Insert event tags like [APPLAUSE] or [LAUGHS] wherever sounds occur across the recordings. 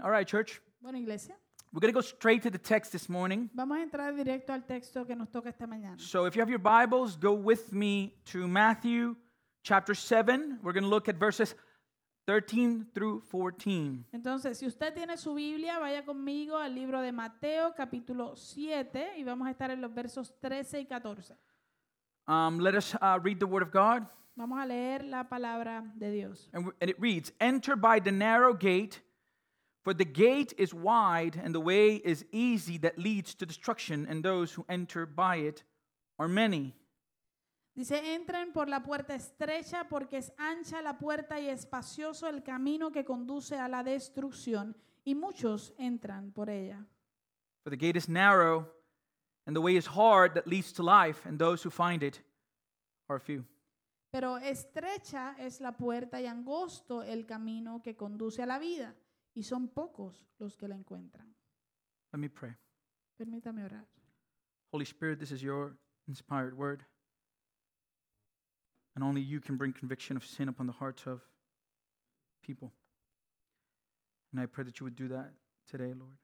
All right, church. Bueno, iglesia, We're going to go straight to the text this morning. vamos a entrar directo al texto que nos toca esta mañana. So if you have your Bibles, go with me to Matthew chapter 7. We're going to look at verses 13 through 14. Entonces, si usted tiene su Biblia, vaya conmigo al libro de Mateo, capítulo 7, y vamos a estar en los versos 13 y 14. Um, let us uh, read the Word of God. Vamos a leer la palabra de Dios. And, w- and it reads Enter by the narrow gate, for the gate is wide and the way is easy that leads to destruction, and those who enter by it are many. Dice, entren por la puerta estrecha porque es ancha la puerta y espacioso el camino que conduce a la destrucción, y muchos entran por ella. For the gate is narrow and the way is hard that leads to life, and those who find it are few. Pero estrecha es la puerta y angosto el camino que conduce a la vida, y son pocos los que la encuentran. Let me pray. Permítame orar. Holy Spirit, this is your inspired word. And only you can bring conviction of sin upon the hearts of people. And I pray that you would do that today, Lord.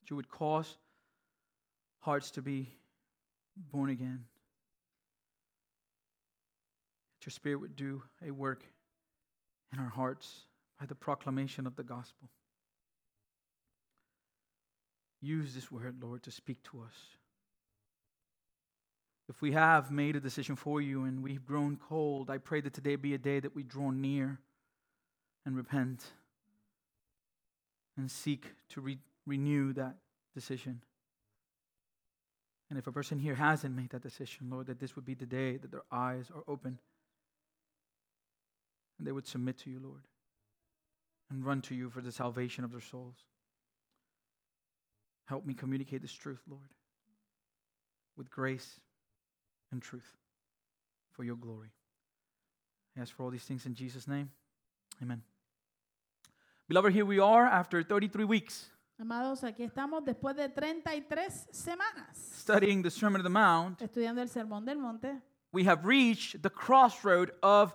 That you would cause hearts to be born again. That your Spirit would do a work in our hearts by the proclamation of the gospel. Use this word, Lord, to speak to us. If we have made a decision for you and we've grown cold, I pray that today be a day that we draw near and repent and seek to re- renew that decision. And if a person here hasn't made that decision, Lord, that this would be the day that their eyes are open and they would submit to you, Lord, and run to you for the salvation of their souls. Help me communicate this truth, Lord, with grace and truth for your glory. I ask for all these things in Jesus' name. Amen. Beloved, here we are after 33 weeks Amados, aquí estamos después de 33 semanas studying the Sermon on the Mount. estudiando el Sermón del Monte. We have reached the crossroad of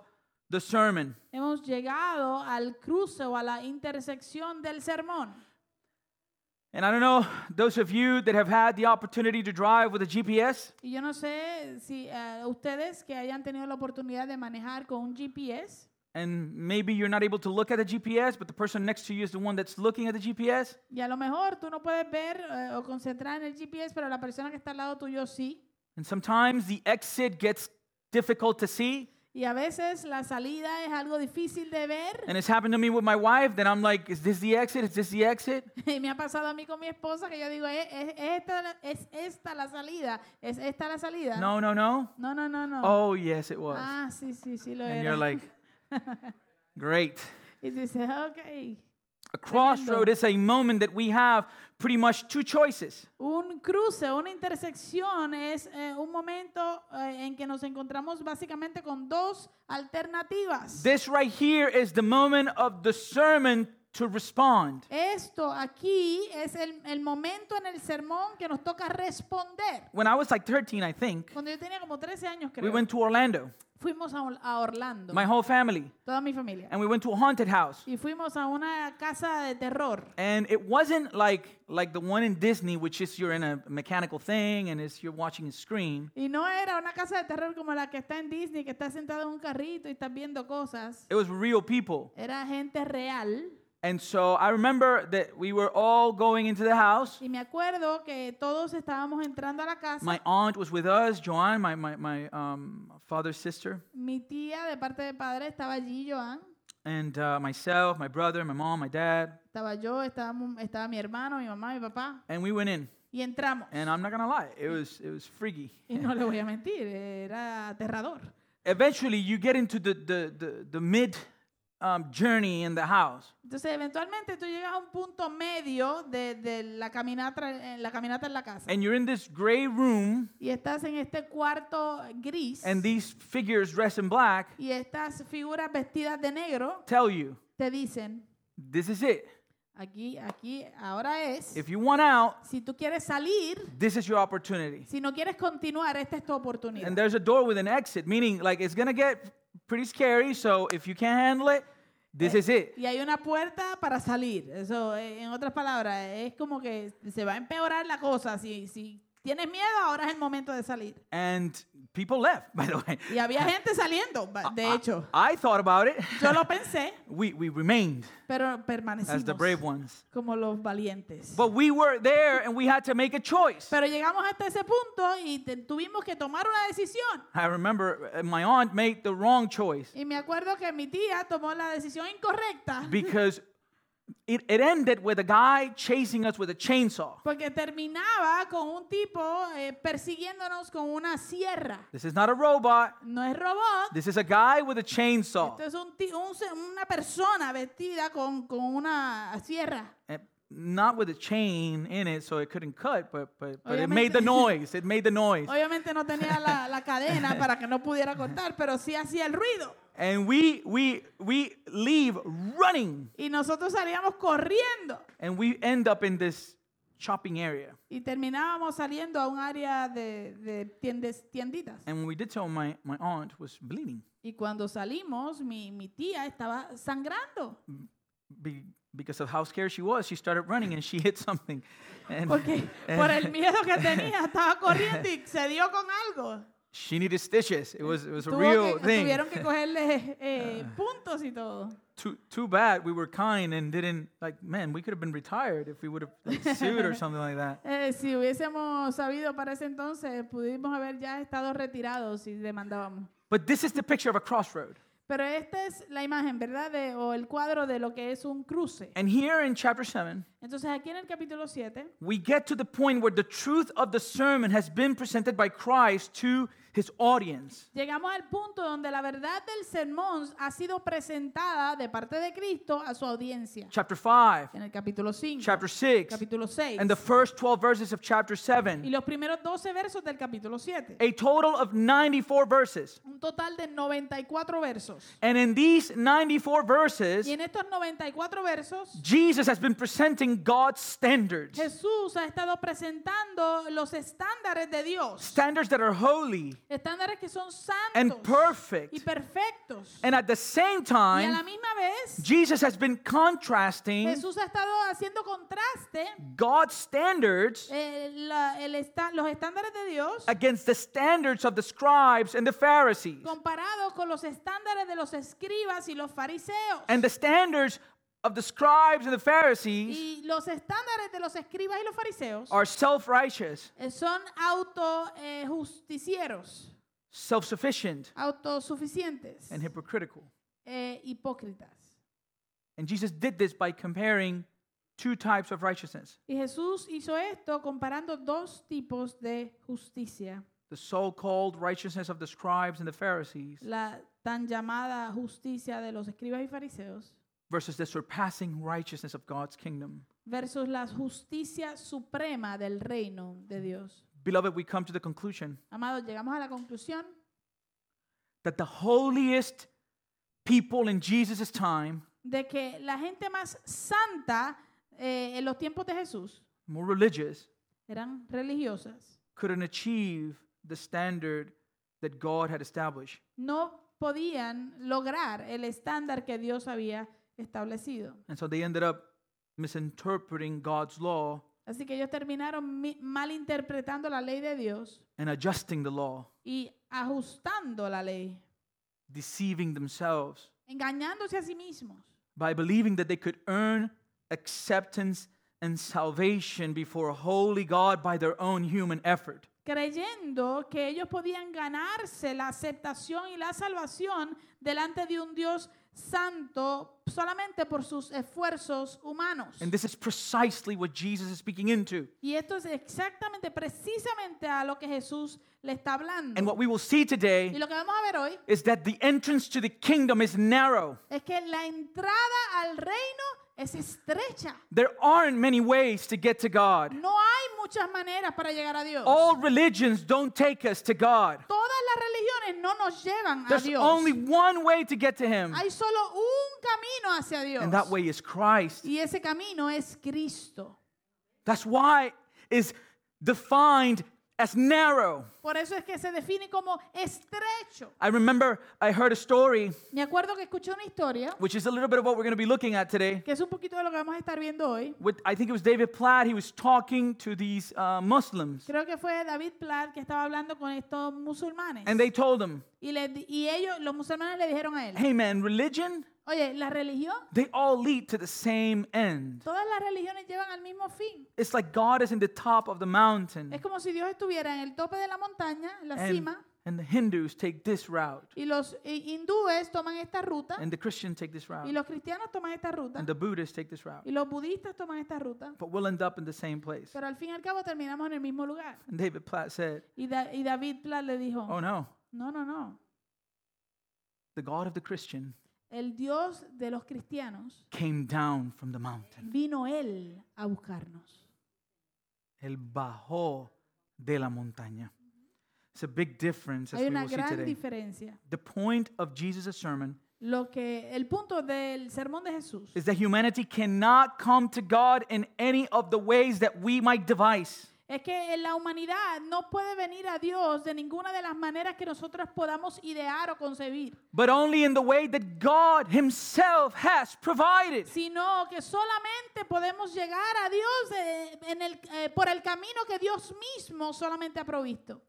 the sermon. Hemos llegado al cruce o a la intersección del sermón. And I don't know, those of you that have had the opportunity to drive with a GPS, Y yo no sé si eh, ustedes que hayan tenido la oportunidad de manejar con un GPS, and maybe you're not able to look at the GPS, but the person next to you is the one that's looking at the GPS. y a lo mejor tú no puedes ver eh, o concentrar en el GPS, pero la persona que está al lado tuyo sí. And sometimes the exit gets difficult to see. Y a veces la salida es algo difícil de ver. [LAUGHS] And it's happened to me with my wife that I'm like, is this the exit? Is this the exit? Y me ha pasado a mí con mi esposa que yo digo, "Eh, ¿es, es esta, la- es esta la salida? ¿Es esta la salida? No, no, no. no, no, no. no. Oh, yes, it was. ah, sí, sí, sí lo And era. you're [LAUGHS] like, great. y tú dices, ok. A crossroad is a moment that we have pretty much two choices. Un cruce, una intersección es eh, un momento eh, en que nos encontramos básicamente con dos alternativas. This right here is the moment of the sermon to respond. Esto aquí es el, el momento en el sermón que nos toca responder. When I was like 13, I think, Cuando yo tenía como 13 años, we creo, went to Orlando, fuimos a, Or- a Orlando, my whole family, toda mi familia, and we went to a haunted house. y fuimos a una casa de terror. And it wasn't like like the one in Disney, which is you're in a mechanical thing and it's you're watching a screen. Y no era una casa de terror como la que está en Disney, que está sentado en un carrito y estás viendo cosas. It was real people. Era gente real. And so I remember that we were all going into the house. Y me acuerdo que todos estábamos entrando a la casa. My aunt was with us, Joanne, my, my, my um, father's sister, Mi tía de parte de padre estaba allí, Joan. and uh, myself, my brother, my mom, my dad. Estaba yo, estaba, mu- estaba mi hermano, mi mamá, mi papá. And we went in. Y entramos. And I'm not gonna lie, it was it was freaky. Y no le voy a mentir, era aterrador. Eventually, you get into the the the, the mid um, journey in the house, Entonces, eventualmente tú llegas a un punto medio de, de la, caminata, eh, la caminata en la casa. and you're in this gray room, Y estás en este cuarto gris. and these figures dressed in black Y estas figuras vestidas de negro tell you te dicen, this is it. aquí, aquí, ahora es. If you want out, Si tú quieres salir, this is your opportunity. si no quieres continuar, esta es tu oportunidad. And there's a door with an exit, meaning like it's gonna get pretty scary. So if you can't handle it, This Eh. is it. Y hay una puerta para salir. Eso, eh, en otras palabras, es como que se va a empeorar la cosa. Si, si tienes miedo, ahora es el momento de salir. And people left, [LAUGHS] by the way. Y había gente saliendo, ba- [LAUGHS] de I- hecho. I, thought about it. Yo lo pensé, We, we remained pero as the brave permanecimos ones. como los valientes. But we were there and we had to make a choice. Pero llegamos hasta ese punto y te- tuvimos que tomar una decisión. I remember uh, my aunt made the wrong [LAUGHS] choice Y me acuerdo que mi tía tomó la decisión incorrecta because it, it ended with a guy chasing us with a chainsaw. porque terminaba con un tipo eh, persiguiéndonos con una sierra. This is not a robot. No es robot, This is a guy with a chainsaw. Esto es un ti- un se- una persona vestida con, con una sierra. And Eh, not with a chain in it, so it couldn't cut, but, but, but it made the Obviamente. noise. It made the noise. Obviamente no tenía la, la cadena para que no pudiera cortar, pero sí hacía el ruido. And we, we, we leave running Y nosotros salíamos corriendo and we end up in this chopping area. y terminábamos saliendo a un área de, de tiendes- tienditas. And when we did so, my, my aunt was bleeding Y cuando salimos, mi, mi tía estaba [LAUGHS] sangrando be, because of how scared she was. She started running and she hit something. And porque Eh. por el miedo que tenía [LAUGHS] estaba corriendo y se dio con algo. she needed stitches. It was, it was a Tuvo real que- thing. Ah. tuvieron [LAUGHS] que cogerle eh, puntos y todo. Too, too bad we were kind and didn't, like, man, we could have been retired if we would have like, sued or something like that. Eh, si hubiésemos sabido para ese entonces, pudimos haber ya estado retirados y demandábamos. But this is the picture of a crossroad. Pero esta es la imagen, ¿verdad? De- o el cuadro de lo que es un cruce. And here in chapter 7, Entonces aquí en el capítulo 7 we get to the point where the truth of the sermon has been presented by Christ to his audience. llegamos al punto donde la verdad del sermón ha sido presentada de parte de Cristo a su audiencia. Chapter 5, En el capítulo 5, chapter 6, capítulo 6 and the first 12 verses of chapter y 7. los primeros 12 versos del capítulo 7. A total of 94 verses. Un total de 94 versos. And in these 94 verses, Y en estos 94 versos Jesus has been presenting God's standards. Jesús ha estado presentando los estándares de Dios, Standards that are holy estándares que son and santos y perfect. perfectos. And at the same Y a la time, misma vez, Jesus has been contrasting Jesús ha estado haciendo contraste God's standards eh, la- el esta- los estándares de Dios against the standards of the scribes and the Pharisees. comparados con los estándares de los escribas y los fariseos. And the standards of the scribes and the Pharisees Y los estándares de los escribas y los fariseos are self righteous, eh, son auto eh, justicieros, self sufficient, autosuficientes, and hypocritical. eh, hipócritas. And Jesus did this by comparing two types of righteousness Y Jesús hizo esto comparando dos tipos de justicia, the so called righteousness of the scribes and the Pharisees la tan llamada justicia de los escribas y fariseos versus the surpassing righteousness of God's kingdom. versus la justicia suprema del reino de Dios. Beloved, we come to the conclusion Amados, llegamos a la conclusión that the holiest people in Jesus' time, de que la gente más santa eh, en los tiempos de Jesús more religious, eran religiosas. couldn't achieve the standard that God had established. No podían lograr el estándar que Dios había establecido. And so they ended up misinterpreting God's law Así que ellos terminaron mi- malinterpretando la ley de Dios and adjusting the law, y ajustando la ley, deceiving themselves engañándose a sí mismos, by believing that they could earn acceptance and salvation before a holy God by their own human effort. creyendo que ellos podían ganarse la aceptación y la salvación delante de un Dios santo solamente por sus esfuerzos humanos. And this is precisely what Jesus is speaking into. Y esto es exactamente, precisamente a lo que Jesús le está And hablando. what we will see Y today lo que vamos a ver hoy is that the entrance to the kingdom is narrow. es que la entrada al reino es estrecha. There aren't many ways to get to God. No hay muchas maneras para llegar a Dios. All religions don't take us to God. Todas las religiones no nos llevan a There's Dios. only one way to get to Him, Hay solo un camino hacia Dios. and that way is Christ. Y ese camino es Cristo. That's why is defined as narrow. Por eso es que se define como estrecho. I remember I heard a story, Me acuerdo que escuché una historia, which is a little bit of what we're going to be looking at today. que es un poquito de lo que vamos a estar viendo hoy. With, I think it was David Platt. He was talking to these uh, Muslims, Creo que fue David Platt que estaba hablando con estos musulmanes. and they told him, Y, le di- y ellos, los musulmanes le dijeron a él, "Hey, man, religion, oye, la religión, they all lead to the same end. todas las religiones llevan al mismo fin. It's like God is in the top of the mountain, Es como si Dios estuviera en el tope de la montaña, en la and, cima, and the Hindus take this route, y los eh, hindúes toman esta ruta, and the Christians take this y route, los cristianos toman esta ruta, and the Buddhists take this route, y los budistas toman esta ruta, but we'll end up in the same place." pero al fin y al cabo terminamos en el mismo lugar. And David Platt said, Y, Da- y David Platt le dijo, "Oh no, no, no, no, the God of the Christian el Dios de los cristianos came down from the mountain. vino Él a buscarnos. El bajó de la montaña." It's a big difference as Hay we una will see gran today. diferencia. The point of Jesus' sermon Lo que, el punto del sermón de Jesús is that humanity cannot come to God in any of the ways that we might devise. Es que la humanidad no puede venir a Dios de ninguna de las maneras que nosotros podamos idear o concebir, but only in the way that God Himself has provided. sino que solamente podemos llegar a Dios eh, en el- eh, por el camino que Dios mismo solamente ha provisto.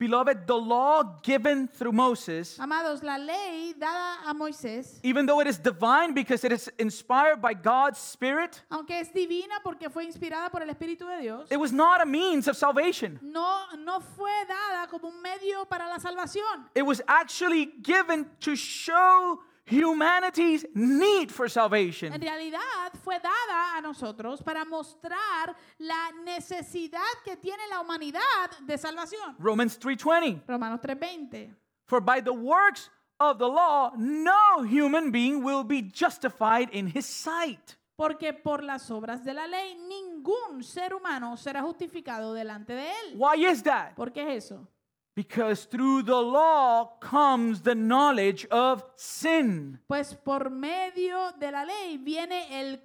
Beloved, the law given through Moses, Amados, la ley dada a Moisés, even though it is divine because it is inspired by God's Spirit, aunque es divina porque fue inspirada por el Espíritu de Dios, it was not a means of salvation. no, no fue dada como un medio para la salvación, It was actually given to show humanity's need for En salvation. realidad fue dada a nosotros para mostrar la necesidad que tiene la humanidad de salvación. Romans 3:20. Romanos 3:20. For by the works of the law, no human being will be justified in his sight. Porque por las obras de la ley ningún ser humano será justificado delante de él. Why is that? ¿Por qué es eso? Because through the law comes the knowledge of sin. Pues por medio de la ley viene el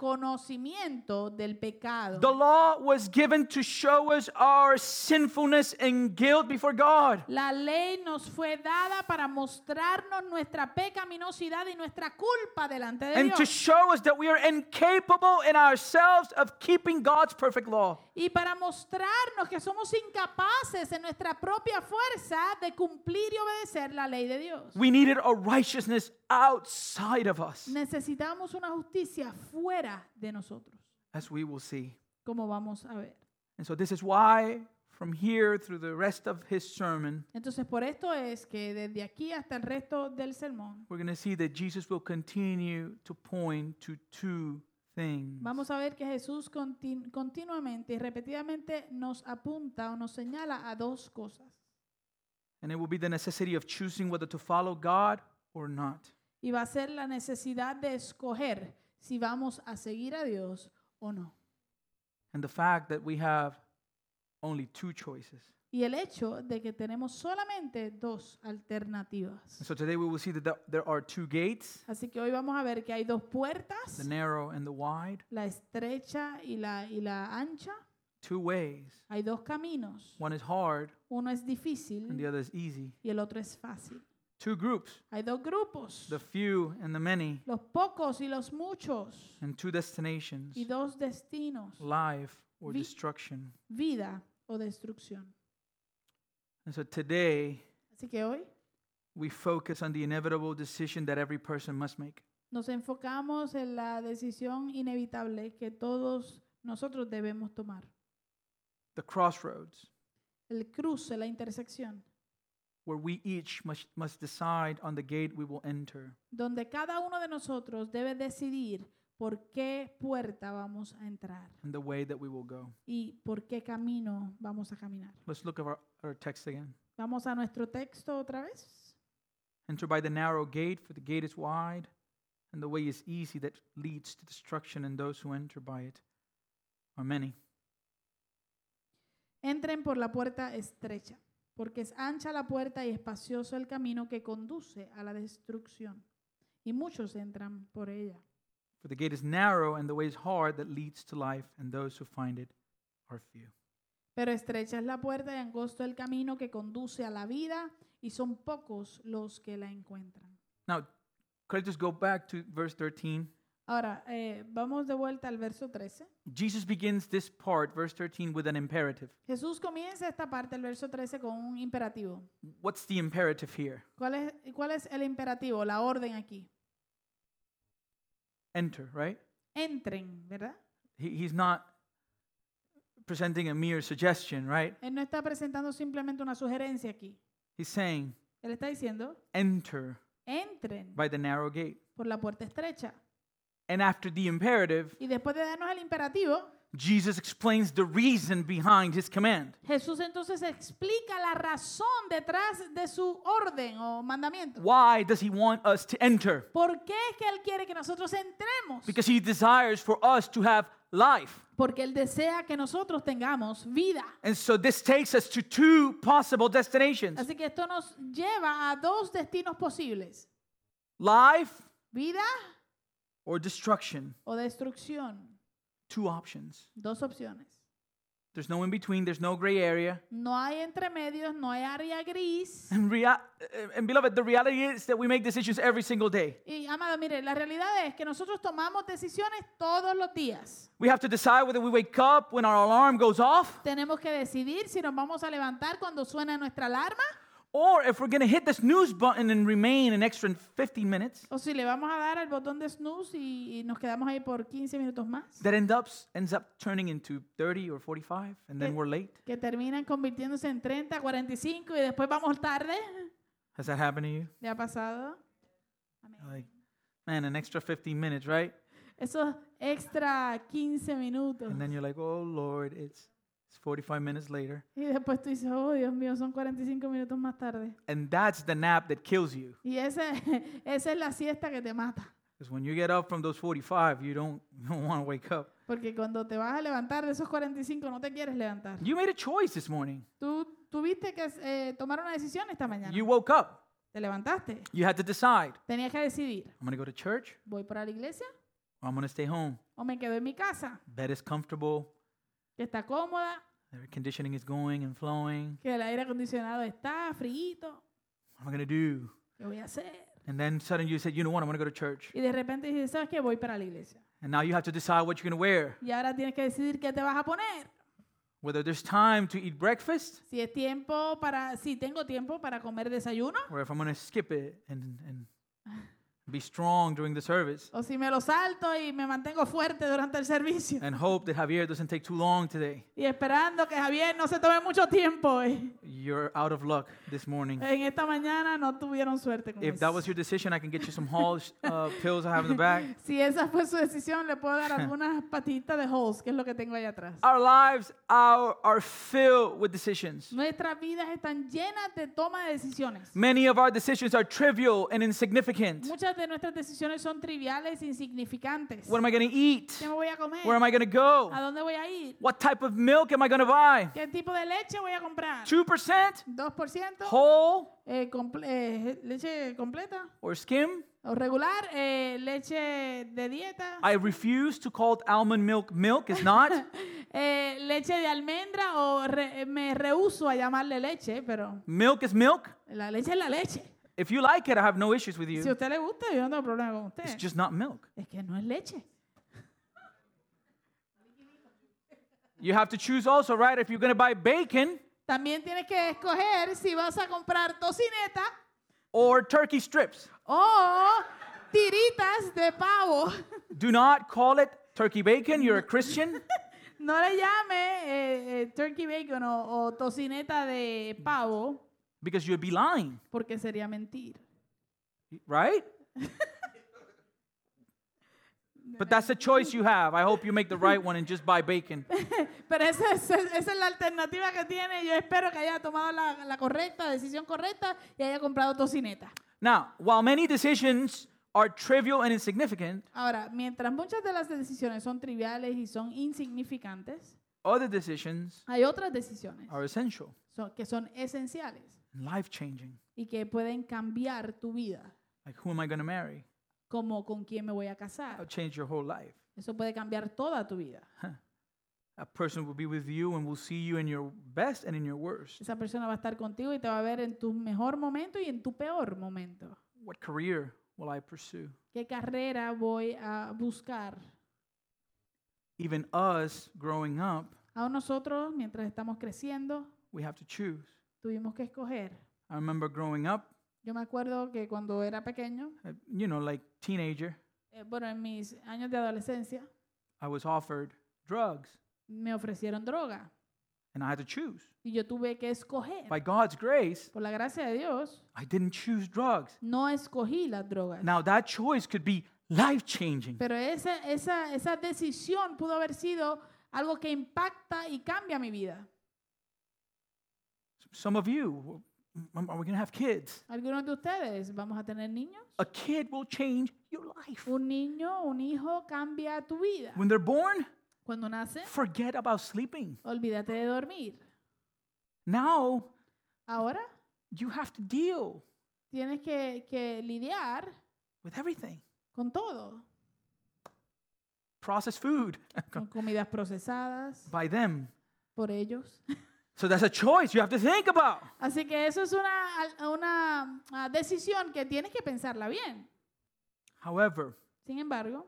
conocimiento del pecado. The law was given to show us our sinfulness and guilt before God. La ley nos fue dada para mostrarnos nuestra pecaminosidad y nuestra culpa delante de And to Dios. show us that we are incapable in ourselves of keeping God's perfect law. Y para mostrarnos que somos incapaces en nuestra propia fuerza de cumplir y obedecer la ley de Dios. We needed a righteousness outside of us, Necesitamos una justicia fuera de nosotros, as we will see. como vamos a ver. And so, this is why, from here through the rest of his sermon, Entonces, por esto es que desde aquí hasta el resto del sermón, we're going to see that Jesus will continue to point to two things. vamos a ver que Jesús contin- continuamente y repetidamente nos apunta o nos señala a dos cosas. And it will be the necessity of choosing whether to follow God or not. Y va a ser la necesidad de escoger si vamos a seguir a Dios o no. And the fact that we have only two choices. Y el hecho de que tenemos solamente dos And alternativas. so today we will see that th- there are two gates Así que hoy vamos a ver que hay dos the puertas, narrow and the wide, la estrecha y la, y la ancha. two ways. Hay dos caminos. One is hard Uno es and the difícil other is easy. y el otro es fácil. Two groups Hay dos grupos, the few and the many, los pocos y los muchos, and two destinations y dos destinos, life or Vi- destruction. vida o destrucción. And so today Así que hoy we focus on the inevitable decision that every person must make. nos enfocamos en la decisión inevitable que todos nosotros debemos tomar. The crossroads, El cruce, la intersección. where we each must, must decide on the gate we will enter. donde cada uno de nosotros debe decidir por qué puerta vamos a entrar and the way that we will go. y por qué camino vamos a caminar. Let's look at our, our text again. Vamos a nuestro texto otra vez. Enter by the narrow gate, for the gate is wide, and the way is easy that leads to destruction, and those who enter by it are many. Entren por la puerta estrecha, porque es ancha la puerta y espacioso el camino que conduce a la destrucción, y muchos entran por ella. For the gate is narrow, and the way is hard that leads to life, and those who find it are few. Pero estrecha es la puerta y angosto el camino que conduce a la vida, y son pocos los que la encuentran. Now, could I just go back to verse 13? Ahora, eh, vamos de vuelta al verso 13. Jesus begins this part, verse 13, with an imperative. Jesús comienza esta parte, el verso 13, con un imperativo. What's the imperative here? ¿Cuál es, cuál es el imperativo, la orden aquí? Enter, right? Entren, ¿verdad? He, he's not presenting a mere suggestion, right? Él no está presentando simplemente una sugerencia aquí. He's saying, Él está diciendo, enter entren by the narrow gate. por la puerta estrecha. And after the imperative, Y después de darnos el imperativo, Jesus explains the reason behind his command. Jesús entonces explica la razón detrás de su orden o mandamiento. Why does he want us to enter? ¿Por qué es que Él quiere que nosotros entremos? Because he desires for us to have life. Porque Él desea que nosotros tengamos vida. And so this takes us to two possible destinations Así que esto nos lleva a dos destinos posibles, life vida or destruction. o destrucción. Two options. Dos opciones. There's no in between, there's no gray area. No hay entremedios, no hay área gris. And, rea- and beloved, the reality is that we make decisions every single day. Y amado, mire, la realidad es que nosotros tomamos decisiones todos los días. We have to decide whether we wake up when our alarm goes off Tenemos que decidir si nos vamos a levantar cuando suena nuestra alarma or if we're going to hit the snooze button and remain an extra 15 minutes o si le vamos a dar al botón de snooze y, y nos quedamos ahí por 15 minutos más. that end up, ends up turning into 30 or 45 and then we're late. Que terminan convirtiéndose en 30, 45 y después vamos tarde. Has that happened to you? ¿Le ha pasado? Like, man, an extra 15 minutes, right? Esos extra 15 minutos. And then you're like, oh Lord, it's, it's 45 minutes later. Y después tú dices, oh Dios mío, son 45 minutos más tarde. And that's the nap that kills you. Y ese, [LAUGHS] esa es la siesta que te mata. Because when you get up from those 45, you don't, [LAUGHS] you don't want to wake up. Porque cuando te vas a levantar de esos 45 no te quieres levantar. You made a choice this morning. Tú tuviste que eh, tomar una decisión esta mañana. You woke up. Te levantaste. You had to decide Tenías que decidir, I'm going to go to church ¿voy para la iglesia or I'm going to stay home. o me quedo en mi casa? Bed is comfortable, Que está cómoda, the air conditioning is going and flowing. que el aire acondicionado está frío. What am I going to do? ¿Qué voy a hacer? And then suddenly you said, you know what, I'm going to go to church. Y de repente dices, ¿sabes qué? Voy para la iglesia. And now you have to decide what you're going to wear. Y ahora tienes que decidir qué te vas a poner. Whether there's time to eat breakfast Si es tiempo para, si tengo tiempo para comer desayuno or if I'm going to skip it and, and be strong during the service o si me lo salto y me mantengo fuerte durante el servicio. and hope that Javier doesn't take too long today. Y esperando que Javier no se tome mucho tiempo [LAUGHS] hoy. You're out of luck this morning. En esta mañana no tuvieron suerte con If that eso. was your decision, I can get you some Hall's uh, pills I have in the back. Si esa fue su decisión, le puedo dar algunas patitas de holes, que es lo que tengo ahí atrás. Our lives are, are filled with decisions. Nuestras vidas están llenas de toma de decisiones. Many of our decisions are trivial and insignificant. Muchas de nuestras decisiones son triviales, insignificantes. What am I going to eat? ¿Qué me voy a comer? Where am I going to go? ¿A dónde voy a ir? What type of milk am I going to buy? ¿Qué tipo de leche voy a comprar? 2% 2% whole eh, comple- eh, leche completa or skim? o regular, eh, leche de dieta, I refuse to call almond milk milk. It's not. eh, leche de almendra o re- eh, me rehuso a llamarle leche, pero milk is milk. la leche es la leche. If you like it, I have no issues with Si a you. usted le gusta, yo no tengo problema con It's usted. just not milk. Es que no es leche. You have to choose also, right? If you're going to buy bacon También tienes que escoger si vas a comprar tocineta or turkey strips. o tiritas de pavo. [LAUGHS] Do not call it turkey bacon. You're a Christian. No le llame eh, eh, turkey bacon o, o tocineta de pavo because you'd be lying, porque sería mentir. right? but that's the choice you have. I hope you make the right one and just buy bacon. Pero esa es, esa es la alternativa que tiene. Yo espero que haya tomado la, la correcta decisión correcta y haya comprado tocineta. Now, while many decisions are trivial and insignificant, Ahora, mientras muchas de las decisiones son triviales y son insignificantes, other decisions hay otras decisiones are essential son- que son esenciales and life changing. y que pueden cambiar tu vida, Like, who am I going to marry? como con quién me voy a That'll casar. change your whole life. Eso puede cambiar toda tu vida. A person will be with you and will see you in your best and in your worst. Esa persona va a estar contigo y te va a ver en tu mejor momento y en tu peor momento. What career will I pursue? ¿Qué carrera voy a buscar? Even us growing up, Aún nosotros, mientras estamos creciendo, we have to choose. tuvimos que escoger. I remember growing up, Yo me acuerdo que cuando era pequeño, uh, you know, like teenager, eh, bueno, en mis años de adolescencia, I was offered drugs me ofrecieron droga and I had to choose. y yo tuve que escoger. By God's grace, Por la gracia de Dios, I didn't choose drugs. no escogí las drogas. Now that choice could be life-changing. Pero esa, esa, esa decisión pudo haber sido algo que impacta y cambia mi vida. Some of you, w- m- are we going to have kids? Algunos de ustedes vamos a tener niños. A kid will change your life. Un niño, un hijo cambia tu vida. When they're born, Cuando nace, forget about sleeping. olvídate de dormir. Now Ahora you have to deal tienes que, que lidiar with everything. con todo, Processed food [LAUGHS] con comidas procesadas by them. por ellos. [LAUGHS] So that's a choice you have to think about. Así que eso es una, al- una ah, decisión que tienes que pensarla bien. However, Sin embargo,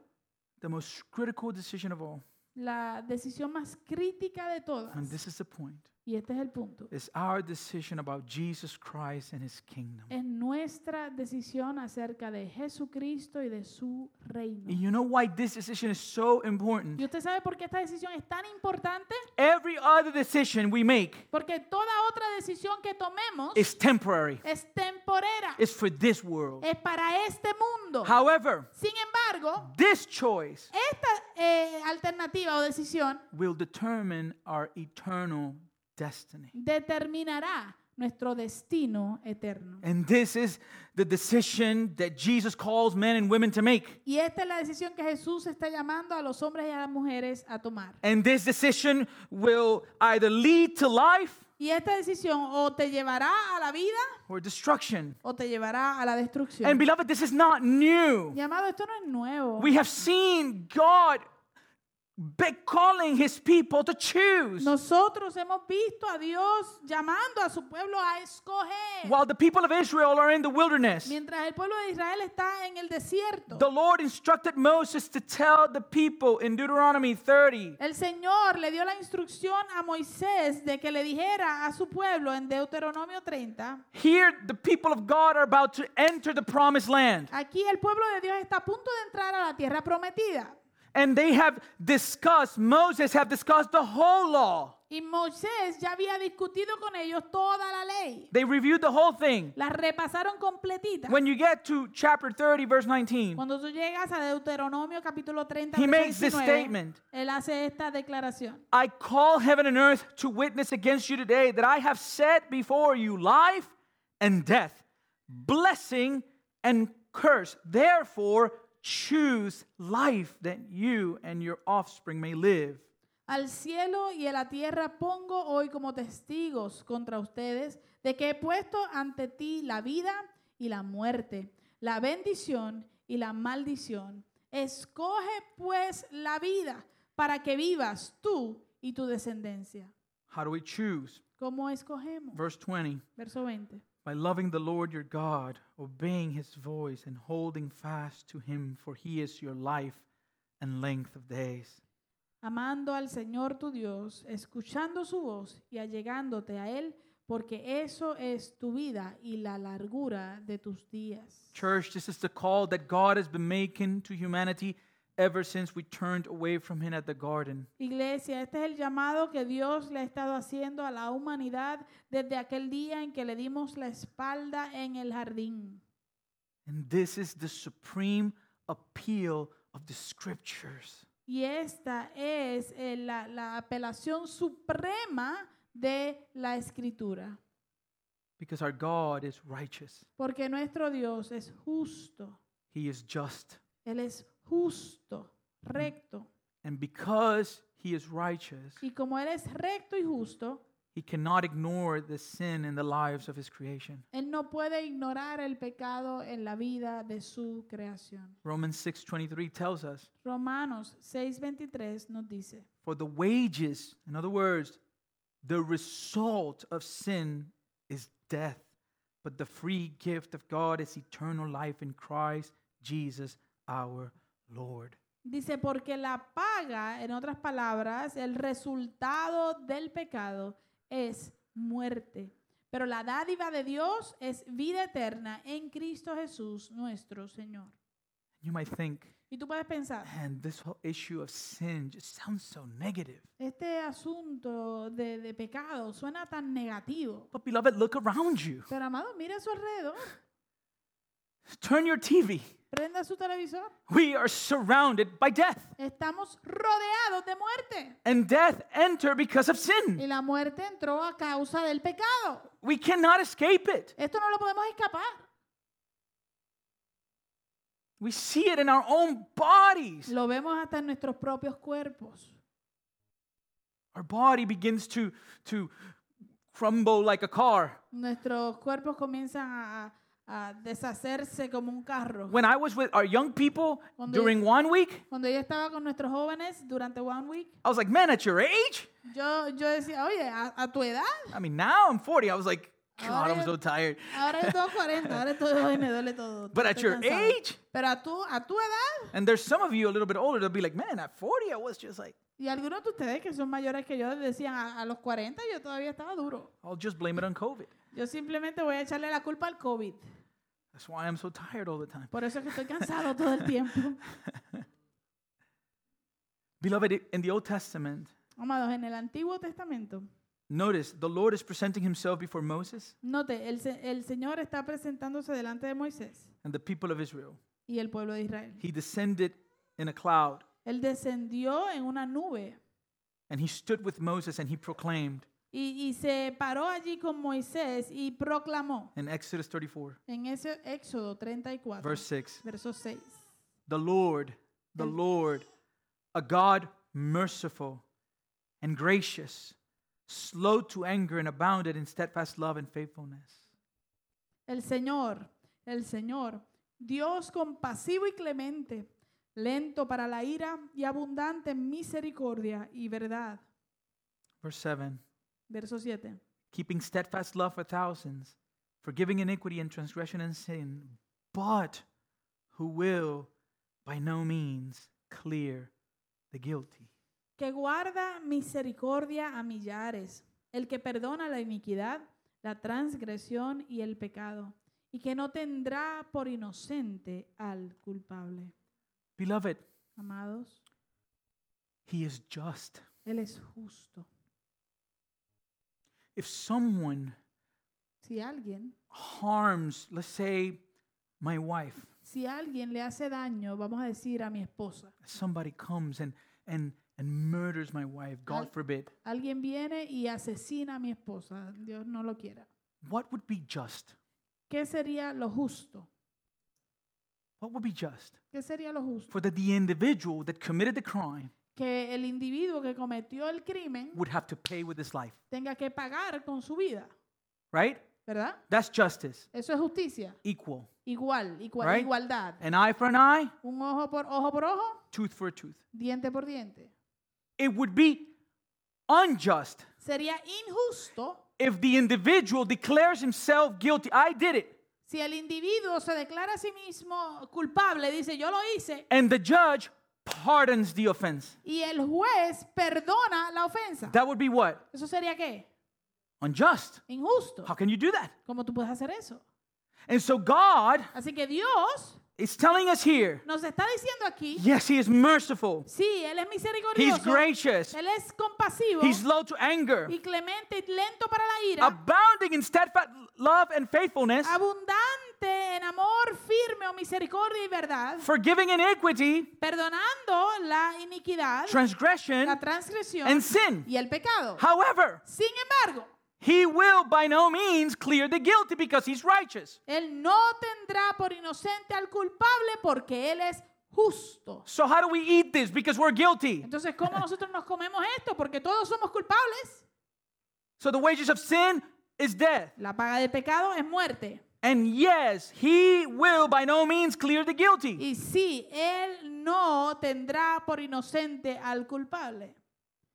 the most critical decision of all, la decisión más crítica de and todas, this is the point, y este es el punto, is our decision about Jesus Christ and his kingdom. es nuestra decisión acerca de Jesucristo y de su And reino. you know why this decision is so important? ¿Y usted sabe por qué esta decisión es tan importante? Every other decision we make Porque toda otra decisión que tomemos is temporary. es temporera, It's for this world. es para este mundo. However, Sin embargo, this choice esta eh, alternativa o decisión will determine our eternal destiny. determinará nuestro destino eterno. And this is the decision that Jesus calls men and women to make. Y esta es la decisión que Jesús está llamando a los hombres y a las mujeres a tomar. And this decision will either lead to life Y esta decisión o te llevará a la vida or destruction. o te llevará a la And destrucción. beloved, this is not new. Llamado, esto no es nuevo. We have seen God be- calling his people to choose. Nosotros hemos visto a Dios llamando a su pueblo a escoger. While the people of Israel are in the wilderness, Mientras el pueblo de Israel está en el desierto, the Lord instructed Moses to tell the people in Deuteronomy 30 el Señor le dio la instrucción a Moisés de que le dijera a su pueblo en Deuteronomio 30, Here, the people of God are about to enter the promised land, aquí el pueblo de Dios está a punto de entrar a la tierra prometida. and they have discussed, Moses have discussed the whole law. Y Moisés ya había discutido con ellos toda la ley. They reviewed the whole thing. La repasaron completita. When you get to chapter 30, verse 19, Cuando tú llegas a Deuteronomio capítulo 30, He verso makes this 19, statement. él hace esta declaración. I call heaven and earth to witness against you today that I have set before you life and death, blessing and curse. Therefore, choose life that you and your offspring may live. Al cielo y a la tierra pongo hoy como testigos contra ustedes de que he puesto ante ti la vida y la muerte, la bendición y la maldición. Escoge pues la vida para que vivas tú y tu descendencia. How do we choose? ¿Cómo escogemos? Verse 20. Verso 20. by loving the Lord your God, obeying his voice, and holding fast to him, for he is your life and length of days. amando al Señor tu Dios, escuchando su voz y allegándote a Él, porque eso es tu vida y la largura de tus días. Church, this is the call that God has been making to humanity ever since we turned away from him at the garden. Iglesia, este es el llamado que Dios le ha estado haciendo a la humanidad desde aquel día en que le dimos la espalda en el jardín. And this is the supreme appeal of the scriptures. Y esta es eh, la, la apelación suprema de la escritura, Because our God is righteous, porque nuestro Dios es justo, he is just. Él es justo, recto. And because he is righteous, Y como Él es recto y justo, He cannot ignore the sin in the lives of his creation. Él no puede ignorar el pecado en la vida de su creación. Romans 6:23 tells us, Romanos 6:23 nos dice, "For the wages, in other words, the result of sin is death, but the free gift of God is eternal life in Christ Jesus our Lord." dice, porque la paga, en otras palabras, el resultado del pecado es muerte. Pero la dádiva de Dios es vida eterna en Cristo Jesús nuestro Señor. You might think, Y tú puedes pensar, "Man, this whole issue of sin just sounds so negative." este asunto de, de pecado suena tan negativo. But beloved, look around you. Pero amado, mira a su alrededor. Turn your TV. Prenda su televisor. We are surrounded by death, Estamos rodeados de muerte. and death enter because of sin. Y la muerte entró a causa del pecado. We cannot escape it. Esto no lo podemos escapar. We see it in our own bodies. Lo vemos hasta en nuestros propios cuerpos. Our body begins to to crumble like a car. Nuestros cuerpos comienzan a, a- a deshacerse como un carro. When I was with our young people Cuando- during one week, Cuando yo estaba con nuestros jóvenes durante One Week, I was like, "Man, at your age?" yo, yo decía, oye, a, a tu edad, I mean, now I'm 40. I was like, "God, I'm Ahora- so tired." ahora yo tengo 40, ahora estoy hoy me duele todo. [LAUGHS] But at estoy your cansado". age, Pero a tu, a tu edad, and there's some of you a little bit older that'll be like, "Man, at 40, I was just like, y algunos de ustedes que son mayores que yo decían, a, a los 40 yo todavía estaba duro. I'll just blame it on COVID. Yo simplemente voy a echarle la culpa al COVID. That's why I'm so tired all the time." Por eso es que estoy cansado todo [LAUGHS] el tiempo. Beloved, i- in the Old Testament, Amados, en el Antiguo Testamento, notice the Lord is presenting himself before Moses note, el, se- el Señor está presentándose delante de Moisés and the people of Israel. y el pueblo de Israel. He descended in a cloud Él descendió en una nube and he stood with Moses and he proclaimed y, y se paró allí con Moisés y proclamó in Exodus 34, en ese Éxodo 34, verse 6 verso 6. The Lord, the Mm. Lord, a God merciful and gracious, slow to anger and abounded in steadfast love and faithfulness. El Señor, el Señor, Dios compasivo y clemente, lento para la ira y abundante en misericordia y verdad. Verse 7 Verso 7. Keeping steadfast love for thousands, forgiving iniquity and transgression and sin, but who will by no means clear the guilty. que guarda misericordia a millares, el que perdona la iniquidad, la transgresión y el pecado, y que no tendrá por inocente al culpable. Beloved, Amados, he is just. Él es justo. If someone Si alguien, harms, let's say, my wife, si alguien le hace daño, vamos a decir a mi esposa, somebody comes and and and murders my wife, God Al- forbid, alguien viene y asesina a mi esposa, Dios no lo quiera. what would be just? ¿Qué sería lo justo? What would be just ¿Qué sería lo justo? for that the individual that committed the crime Que el individuo que cometió el crimen would have to pay with his life, tenga que pagar con su vida, right? ¿verdad? That's justice, Eso es justicia. equal. Igual, igual Right? igualdad. An eye for an eye, Un ojo por ojo por ojo, tooth for a tooth. diente por diente. It would be unjust Sería injusto if the individual declares himself guilty. I did it. si el individuo se declara a sí mismo culpable, dice yo lo hice, And the judge pardons the offense. y el juez perdona la ofensa. That would be what? ¿Eso sería qué? Unjust. Injusto. How can you do that? ¿Cómo tú puedes hacer eso? And so God Así que Dios is telling us here nos está diciendo aquí, yes, He is merciful, sí, Él es He's misericordioso, gracious, Él es compasivo He's slow to anger, y clemente y lento para la ira. abounding in steadfast love and faithfulness, abundante en amor firme o misericordia y verdad, forgiving iniquity, perdonando la iniquidad, transgression, la transgresión and sin. y el pecado. However, Sin embargo, He will by no means clear the guilty because He's righteous. él no tendrá por inocente al culpable porque él es justo. So, how do we eat this? Because we're guilty. Entonces, ¿cómo nosotros nos comemos esto? Porque todos somos culpables. So the wages of sin is death. La paga del pecado es muerte. And yes, he will by no means clear the guilty. Y sí, él no tendrá por inocente al culpable.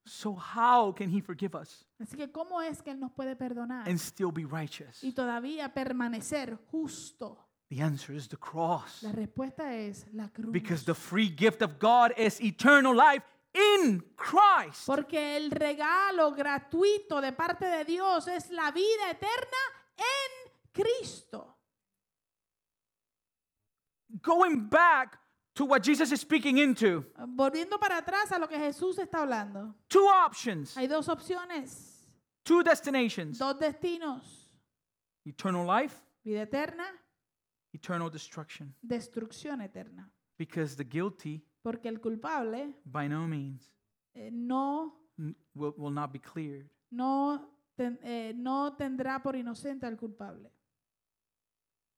So how can he forgive us Así que ¿cómo es que él nos puede perdonar and still be righteous? y todavía permanecer justo? The answer is the cross. La respuesta es la cruz. Because the free gift of God is eternal life in Christ. Porque el regalo gratuito de parte de Dios es la vida eterna en Cristo. Going back to what Jesus is speaking into, Volviendo para atrás a lo que Jesús está hablando. two options, Hay dos opciones, two destinations dos destinos, eternal life, vida eterna, eternal destruction. destrucción eterna. Because the guilty, Porque el culpable by no means, eh, no, n- will, will not be cleared. no, ten- eh, no tendrá por inocente al culpable.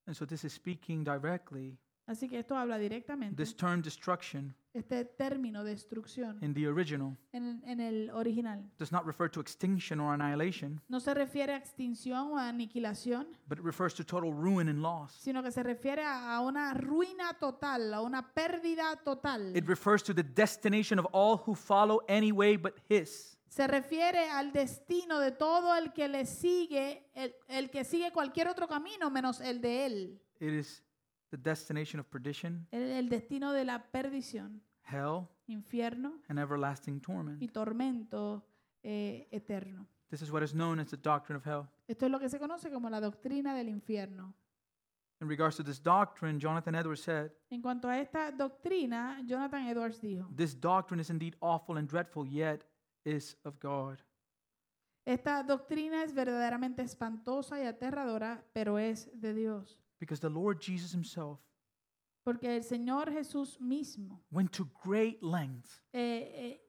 And so this is speaking directly, Así que esto habla directamente, this term destruction este término destrucción in the original en, en el original. does not refer to extinction or annihilation, No se refiere a extinción o a aniquilación, but it refers to total ruin and loss. sino que se refiere a a una ruina total, a una pérdida total. It refers to the destination of all who follow any way but his. Se refiere al destino de todo el que le sigue, el, el que sigue cualquier otro camino menos el de él. It is the destination of perdition, El, el destino de la perdición, hell, infierno and everlasting torment. y tormento eh, eterno. This is what is known as the doctrine of hell. Esto es lo que se conoce como la doctrina del infierno. In regards to this doctrine, Jonathan Edwards said, En cuanto a esta doctrina, Jonathan Edwards dijo, This doctrine is indeed awful and dreadful, yet is of God. esta doctrina es verdaderamente espantosa y aterradora, pero es de Dios. Because the Lord Jesus himself Porque el Señor Jesús mismo went to great lengths eh, eh,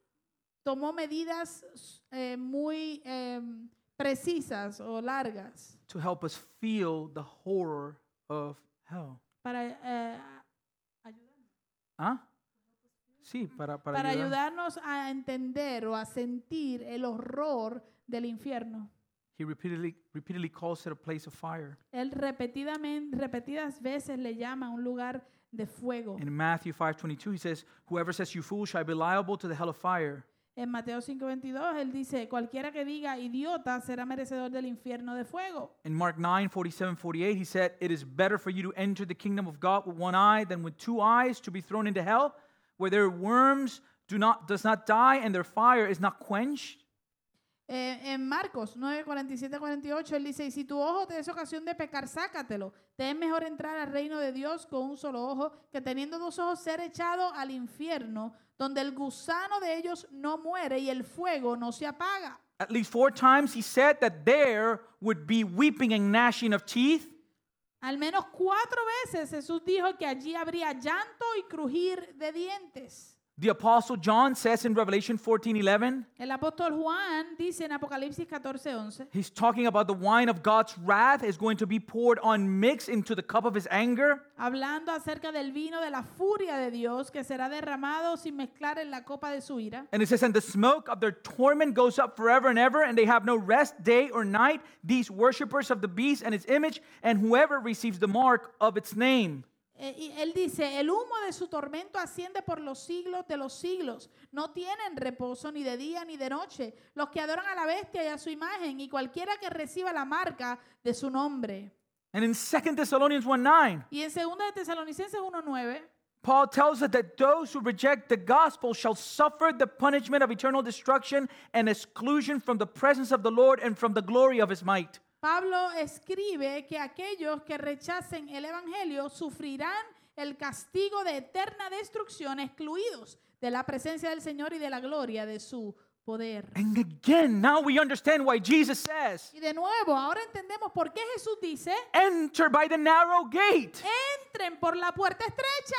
tomó medidas eh, muy em, precisas o largas to help us feel the horror of hell. para, eh, a- ¿Ah? Sí, para, para, para ayudar. ayudarnos a entender o a sentir el horror del infierno. He repeatedly, repeatedly calls it a place of fire. Él repetidamente, repetidas veces le llama un lugar de fuego. In Matthew 5:22, he says, "Whoever says you fool shall be liable to the hell of fire." En Mateo 5:22 él dice, cualquiera que diga idiota será merecedor del infierno de fuego. In Mark 9, 47, 48, he said, It is better for you to enter the kingdom of God with one eye than with two eyes to be thrown into hell, where their worms do not, does not die and their fire is not quenched. Eh, en Marcos 9, 47, 48, él dice, y si tu ojo te es ocasión de pecar, sácatelo. Te es mejor entrar al reino de Dios con un solo ojo que teniendo dos ojos ser echado al infierno, donde el gusano de ellos no muere y el fuego no se apaga. At least four times he said that there would be weeping and gnashing of teeth. Al menos cuatro veces Jesús dijo que allí habría llanto y crujir de dientes. The Apostle John says in Revelation 14, 11, El apóstol Juan dice en Apocalipsis 14, 11, he's talking about the wine of God's wrath is going to be poured on mixed into the cup of his anger. hablando acerca del vino de la furia de Dios que será derramado sin mezclar en la copa de su ira. And it says, And the smoke of their torment goes up forever and ever, and they have no rest day or night, these worshippers of the beast and its image, and whoever receives the mark of its name. Eh, y él dice, el humo de su tormento asciende por los siglos de los siglos. No tienen reposo ni de día ni de noche. Los que adoran a la bestia y a su imagen y cualquiera que reciba la marca de su nombre. And in 2 Thessalonians 1 9, Y en 2 de Tesalonicenses 1.9, Paul tells us that those who reject the gospel shall suffer the punishment of eternal destruction and exclusion from the presence of the Lord and from the glory of his might. Pablo escribe que aquellos que rechacen el Evangelio sufrirán el castigo de eterna destrucción, excluidos de la presencia del Señor y de la gloria de su poder. And again, now we understand why Jesus says, Y de nuevo, ahora entendemos por qué Jesús dice, Enter by the narrow gate. entren por la puerta estrecha.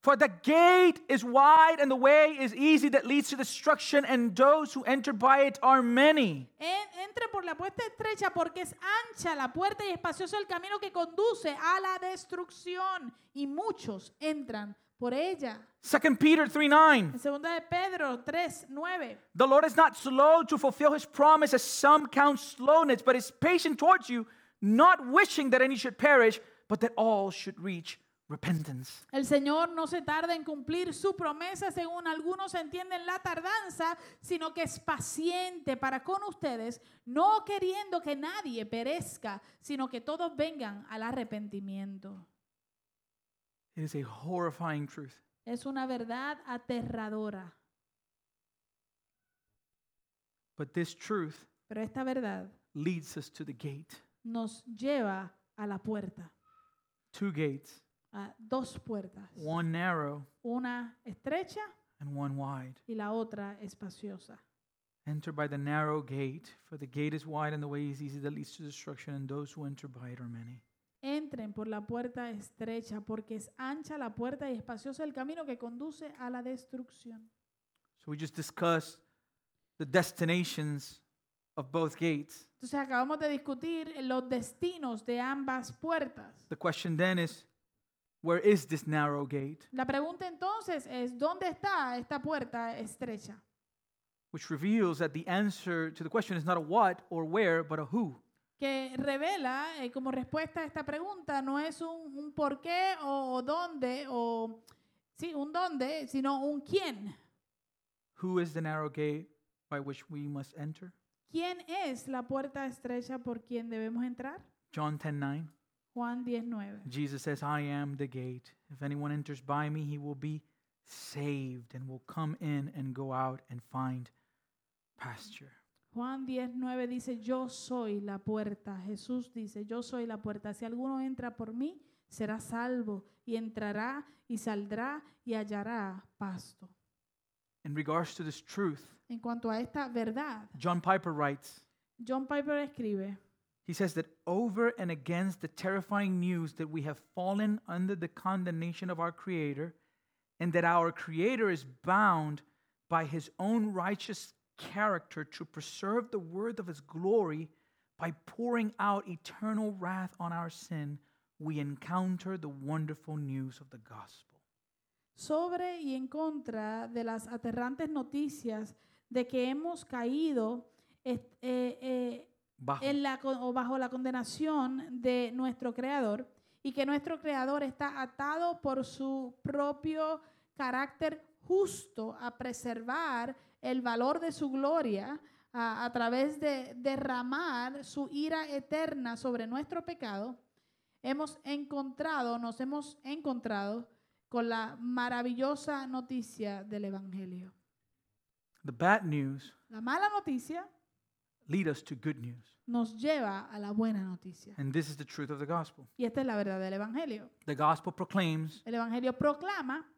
For the gate is wide and the way is easy that leads to destruction, and those who enter by it are many. En- entren por la puerta estrecha porque es ancha la puerta y espacioso el camino que conduce a la destrucción. Y muchos entran por ella. 2 Peter 3 9. En segunda de Pedro 3, 9. The Lord is not slow to fulfill his promise, as some count slowness, but is patient towards you, not wishing that any should perish, but that all should reach repentance. El Señor no se tarda en cumplir su promesa, según algunos entienden la tardanza, sino que es paciente para con ustedes, no queriendo que nadie perezca, sino que todos vengan al arrepentimiento. It is a horrifying truth. Es una verdad aterradora, But this truth pero esta verdad leads us to the gate. nos lleva a la puerta, Two gates, a dos puertas, one narrow una estrecha and one wide. y la otra espaciosa. Enter by the narrow gate, for the gate is wide and the way is easy that leads to destruction, and those who enter by it are many. Entren por la puerta estrecha, porque es ancha la puerta y espacioso el camino que conduce a la destrucción. So we just discussed the destinations of both gates. Entonces acabamos de discutir los destinos de ambas puertas. The question then is where is this narrow gate, La pregunta entonces es, ¿dónde está esta puerta estrecha? which reveals that the answer to the question is not a what or where, but a who. Que revela eh, como respuesta a esta pregunta no es un, un por qué o, o dónde, o sí, un dónde, sino un quién. Who is the narrow gate by which we must enter? ¿Quién es la puerta estrecha por quien debemos entrar? John 10:9. Juan 19. Jesus says, "I am the gate. If anyone enters by me, he will be saved and will come in and go out and find pasture." Juan 19 dice, yo soy la puerta. Jesús dice, yo soy la puerta. Si alguno entra por mí, será salvo y entrará y saldrá y hallará pasto. In regards to this truth, En cuanto a esta verdad, John Piper writes, John Piper escribe, He says that over and against the terrifying news that we have fallen under the condemnation of our Creator and that our Creator is bound by His own righteous character to preserve the word of His glory by pouring out eternal wrath on our sin, we encounter the wonderful news of the gospel. sobre y en contra de las aterrantes noticias de que hemos caído est- eh, eh, Bajo. en la, con- o bajo la condenación de nuestro creador y que nuestro creador está atado por su propio carácter justo a preservar el valor de su gloria a, a través de derramar su ira eterna sobre nuestro pecado, hemos encontrado, nos hemos encontrado con la maravillosa noticia del Evangelio. The bad news La mala noticia lead us to good news. nos lleva a la buena noticia. And this is the truth of the gospel. Y esta es la verdad del Evangelio. The gospel proclaims El Evangelio proclama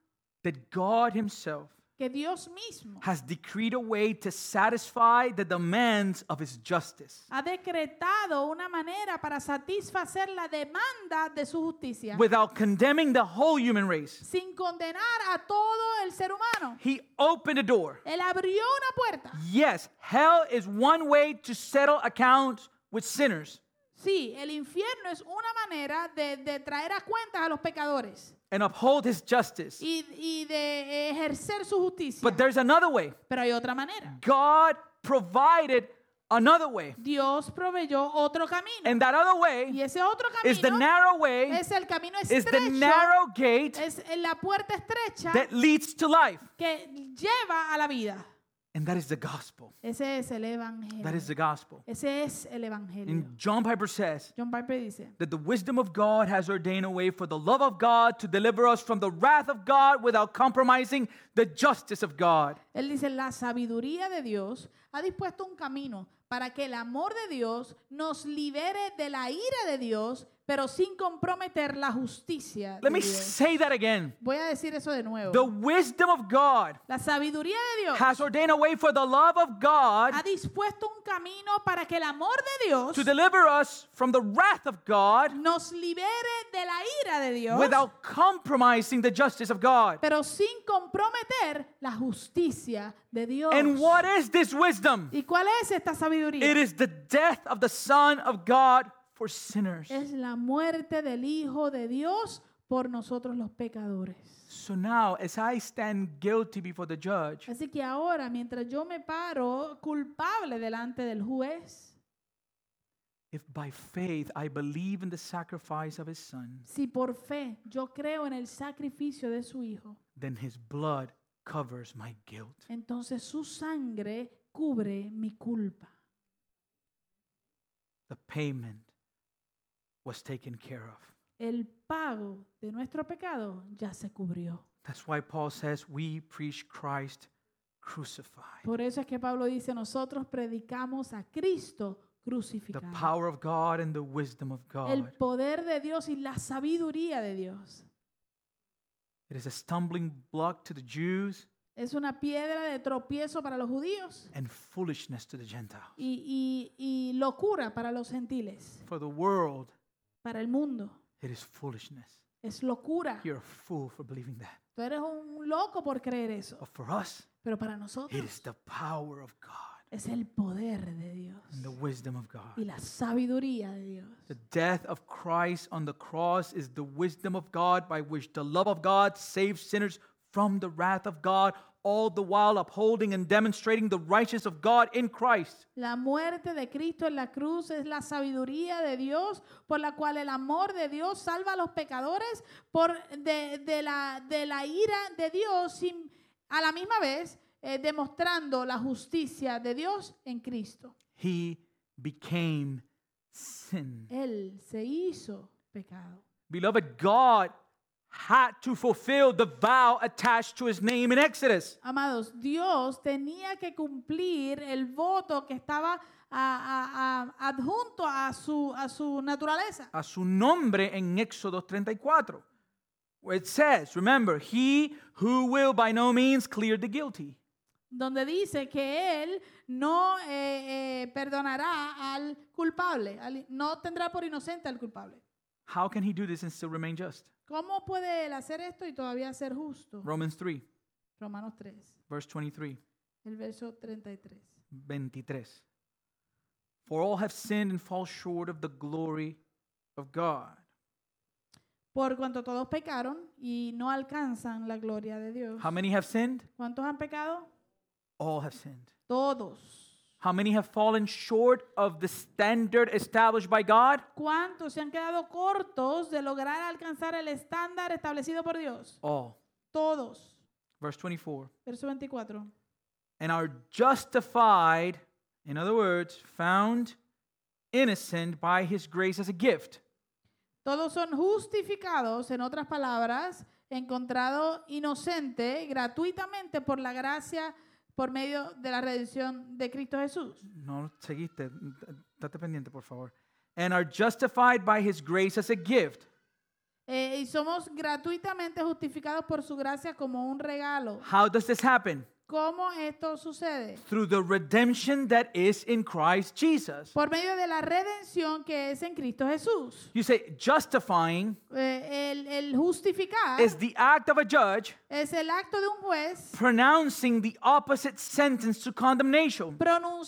that God Himself que Dios mismo has decreed a way to satisfy the demands of his justice ha decretado una manera para satisfacer la demanda de su justicia without condemning the whole human race. sin condenar a todo el ser humano. He opened a door. Él abrió una puerta. Yes, hell is one way to settle accounts with sinners, Sí, el infierno es una manera de, de traer a cuentas a los pecadores and uphold his justice. y, y de ejercer su justicia. But there's another way. Pero hay otra manera. God provided another way. Dios proveyó otro camino. And that other way Y ese otro is the camino narrow way, es el camino is the estrecho narrow gate es en la puerta estrecha that leads to life. que lleva a la vida. And that is the gospel. Ese es el evangelio. That is the gospel. Ese es el evangelio. And John Piper says, John Piper dice, that the wisdom of God has ordained a way for the love of God to deliver us from the wrath of God without compromising the justice of God. él dice, la sabiduría de Dios ha dispuesto un camino para que el amor de Dios nos libere de la ira de Dios, pero sin comprometer la justicia de Let me Dios. say that again. Voy a decir eso de nuevo. The wisdom of God la sabiduría de Dios has ordained a way for the love of God ha dispuesto un camino para que el amor de Dios to deliver us from the wrath of God nos libere de la ira de Dios. without compromising the justice of God. pero sin comprometer la justicia de Dios. And what is this wisdom? ¿Y cuál es esta sabiduría? It is the death of the Son of God for sinners. es la muerte del Hijo de Dios por nosotros los pecadores. So now, as I stand guilty before the judge, Así que ahora, mientras yo me paro culpable delante del juez, if by faith I believe in the sacrifice of his son, si por fe yo creo en el sacrificio de su Hijo, then his blood covers my guilt. entonces su sangre cubre mi culpa. The payment was taken care of. El pago de nuestro pecado ya se cubrió. That's why Paul says we preach Christ crucified. Por eso es que Pablo dice, nosotros predicamos a Cristo The crucificado. power of God and the wisdom of El God. poder de Dios y la sabiduría de Dios. It is a stumbling block to the Jews Es una piedra de tropiezo para los judíos and foolishness to the Gentiles. y, y- y locura para los gentiles, For the world, para el mundo. it is foolishness. Es locura. You're a fool for believing that. Tú eres un loco por creer eso. But for us, Pero para it is nosotros the power of God es el poder de and the Dios wisdom of y God. la sabiduría de Dios. The death of Christ on the cross is the wisdom of God by which the love of God saves sinners from the wrath of God, all the while upholding and demonstrating the righteousness of God in Christ. La muerte de Cristo en la cruz es la sabiduría de Dios, por la cual el amor de Dios salva a los pecadores por de, de la, de la ira de Dios, sin- a la misma vez eh, demostrando la justicia de Dios en Cristo. He became sin. Él se hizo pecado. Beloved, God had to fulfill the vow attached to his name in Exodus. Amados, Dios tenía que cumplir el voto que estaba a- a- a- adjunto a su, a su naturaleza. a su nombre en Éxodo 34. Where it says, remember, he who will by no means clear the guilty. donde dice que él no eh, eh, perdonará al culpable, al- no tendrá por inocente al culpable. How can he do this and still remain just? ¿Cómo puede él hacer esto y todavía ser justo? Romans 3, Romanos 3, verse 23. el verso 33. 23. For all have sinned and fall short of the glory of God. Por cuanto todos pecaron y no alcanzan la gloria de Dios. How many have sinned? ¿Cuántos han pecado? All have sinned. Todos. How many have fallen short of the standard established by God? ¿Cuántos se han quedado cortos de lograr alcanzar el estándar establecido por Dios? All. Todos. Verse 24. Verso 24. and are justified, in other words, found innocent by his grace as a gift. Todos son justificados, en otras palabras, encontrado inocente gratuitamente por la gracia por medio de la redención de Cristo Jesús. No, seguiste, date pendiente, por favor. And are justified by his grace as a gift. Eh, y somos gratuitamente justificados por su gracia como un regalo. How does this happen? ¿Cómo esto sucede? Through the redemption that is in Christ Jesus. Por medio de la redención que es en Cristo Jesús. You say justifying Eh, el, el justificar is the act of a judge es el acto de un juez pronouncing the opposite sentence to condemnation,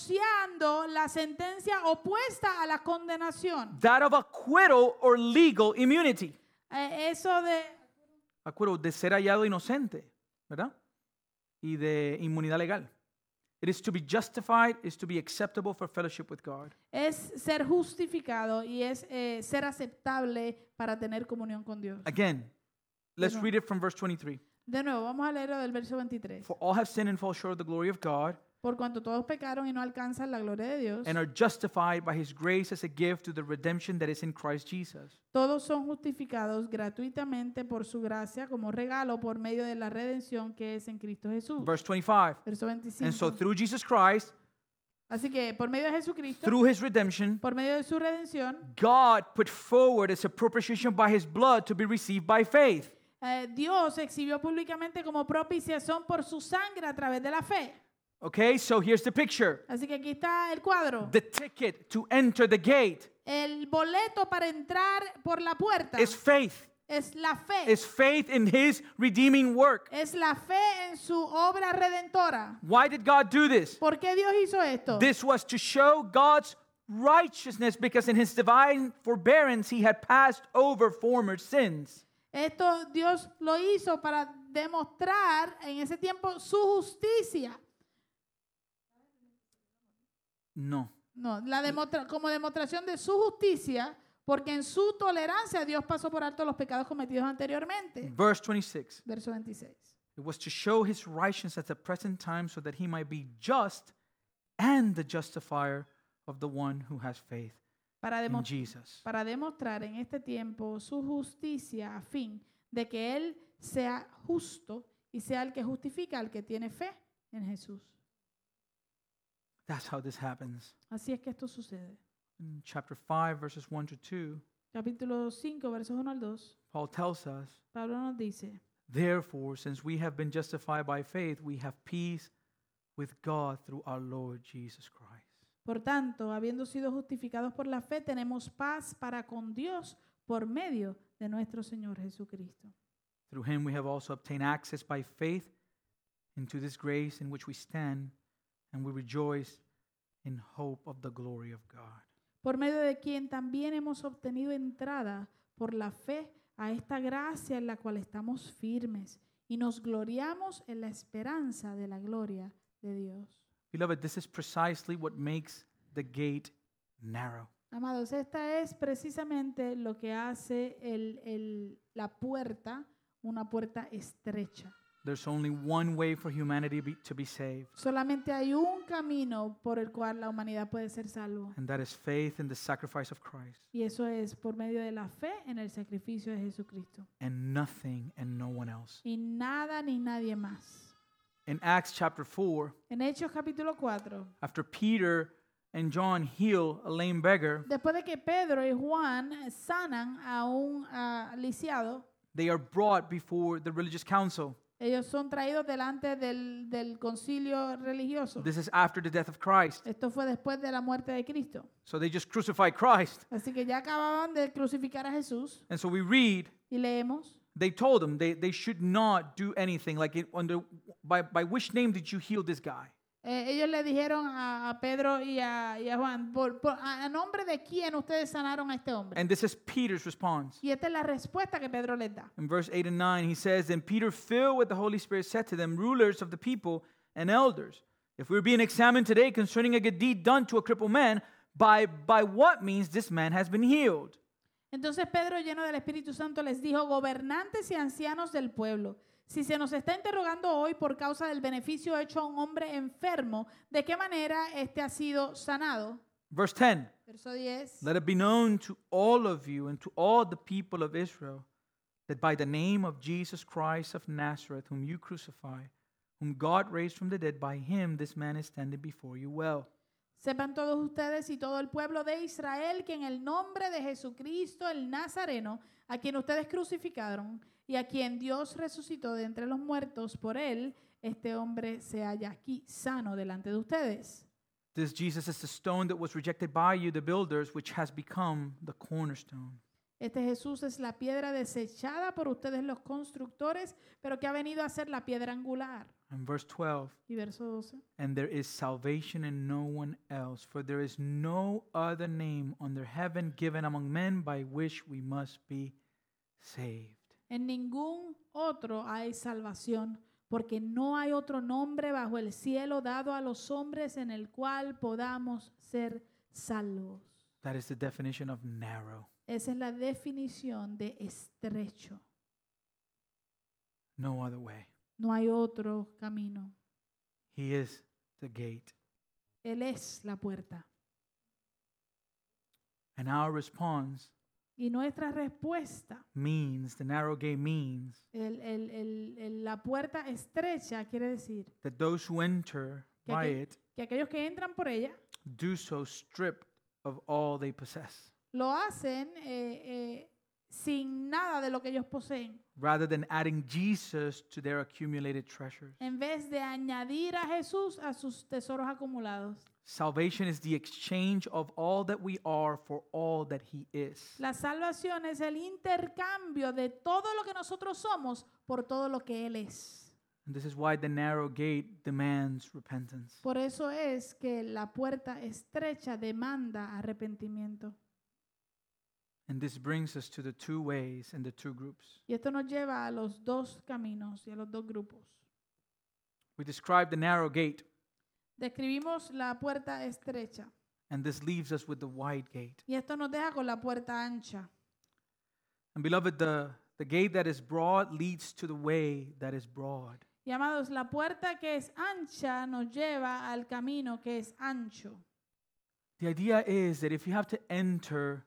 pronunciando la sentencia opuesta a la condenación. that of acquittal or legal immunity. Eh, eso de acuerdo de ser hallado inocente, ¿verdad? Y de inmunidad legal. It is to be justified, is to be acceptable for fellowship with God. es ser justificado y es eh, ser aceptable para tener comunión con Dios. Again, let's Bueno. read it from verse 23. De nuevo, vamos a leerlo del verso 23. For all have sinned and fall short of the glory of God, Por cuanto todos pecaron y no alcanzan la gloria de Dios, and are justified by his grace as a gift to the redemption that is in Christ Jesus. todos son justificados gratuitamente por su gracia como regalo por medio de la redención que es en Cristo Jesús. Verse 25. Verso And so 25. through Jesus Christ, Así que por medio de Jesucristo, through his redemption, por medio de su redención, God put forward as a propitiation by his blood to be received by faith. eh, Dios exhibió públicamente como propiciación por su sangre a través de la fe. Okay, so here's the picture. Así que aquí está el cuadro. The ticket to enter the gate El boleto para entrar por la puerta is es, faith. la fe. Is faith in his redeeming work. Es la fe en su obra redentora. Why did God do this? ¿Por qué Dios hizo esto? This was to show God's righteousness because in his divine forbearance he had passed over former sins. Esto Dios lo hizo para demostrar en ese tiempo su justicia. No, No, la demostra- como demostración de su justicia, porque en su tolerancia Dios pasó por alto los pecados cometidos anteriormente. Verse 26. Verso 26. It was to show his righteousness at the present time so that he might be just and the justifier of the one who has faith Para in demostrar Jesus. para demostrar en este tiempo su justicia a fin de que Él sea justo y sea el que justifica al que tiene fe en Jesús. That's how this happens. Así es que esto sucede. In chapter 5, verses 1 to 2, Capítulo 5, versos 1 al 2, Paul tells us, Pablo nos dice, Therefore, since we have been justified by faith, we have peace with God through our Lord Jesus Christ. por tanto, habiendo sido justificados por la fe, tenemos paz para con Dios por medio de nuestro Señor Jesucristo. Through him we have also obtained access by faith into this grace in which we stand and we rejoice in hope of the glory of God. por medio de quien también hemos obtenido entrada por la fe a esta gracia en la cual estamos firmes y nos gloriamos en la esperanza de la gloria de Dios. Beloved, this is precisely what makes the gate narrow. Amados, esta es precisamente lo que hace el- el- la puerta una puerta estrecha. There's only one way for humanity be, to be saved, Solamente hay un camino por el cual la humanidad puede ser salvo and that is faith in the sacrifice of Christ. y eso es por medio de la fe en el sacrificio de Jesucristo and nothing and no one else. y nada ni nadie más. In Acts chapter 4, En Hechos capítulo 4, after Peter and John heal a lame beggar, Después de que Pedro y Juan sanan a un ah, lisiado, they are brought before the religious council. ellos son traídos delante del, del concilio religioso. This is after the death of Christ. Esto fue después de la muerte de Cristo. So they just crucify Christ. Así que ya acababan de crucificar a Jesús And so we read, y leemos. they told them they, they should not do anything. Like, it, under, by, by which name did you heal this guy? eh, ellos le dijeron a, a Pedro y a, y a Juan, por, por- a, a nombre de quién ustedes sanaron a este hombre? And this is Peter's response. Y esta es la respuesta que Pedro les da. In verse 8 and 9, he says, Then Peter, filled with the Holy Spirit, said to them, Rulers of the people and elders, if we're being examined today concerning a good deed done to a crippled man, by, by what means this man has been healed? Entonces Pedro, lleno del Espíritu Santo, les dijo, gobernantes y ancianos del pueblo, si se nos está interrogando hoy por causa del beneficio hecho a un hombre enfermo, ¿de qué manera éste ha sido sanado? Verse 10 Verso 10. Let it be known to all of you and to all the people of Israel that by the name of Jesus Christ of Nazareth, whom you crucified, whom God raised from the dead, by him this man is standing before you well. Sepan todos ustedes y todo el pueblo de Israel que en el nombre de Jesucristo el Nazareno, a quien ustedes crucificaron y a quien Dios resucitó de entre los muertos por él, este hombre se halla aquí sano delante de ustedes. This Jesus is the stone that was rejected by you, the builders, which has become the cornerstone. Este Jesús es la piedra desechada por ustedes los constructores, pero que ha venido a ser la piedra angular. And verse 12, Y verso 12. and there is salvation in no one else, for there is no other name under heaven given among men by which we must be saved. En ningún otro hay salvación, porque no hay otro nombre bajo el cielo dado a los hombres en el cual podamos ser salvos. That is the definition of narrow. Esa es la definición de estrecho. No other way. No hay otro camino. He is the gate. Él es la puerta. And our response Y nuestra respuesta, means, the narrow gate means, el- el- el- el- la puerta estrecha quiere decir that those who enter Que by aquel- it que aquellos que entran por ella do so stripped of all they possess, lo hacen eh, eh, sin nada de lo que ellos poseen, rather than adding Jesus to their accumulated treasures. en vez de añadir a Jesús a sus tesoros acumulados. Salvation is the exchange of all that we are for all that He is. La salvación es el intercambio de todo lo que nosotros somos por todo lo que Él es. And this is why the narrow gate demands repentance. Por eso es que la puerta estrecha demanda arrepentimiento. And this brings us to the two ways and the two groups. Y esto nos lleva a los dos caminos y a los dos grupos. We describe the narrow gate, Describimos la puerta estrecha and this leaves us with the wide gate. y esto nos deja con la puerta ancha. And beloved, the, the gate that is broad leads to the way that is broad. Y amados, la puerta que es ancha nos lleva al camino que es ancho. The idea is that if you have to enter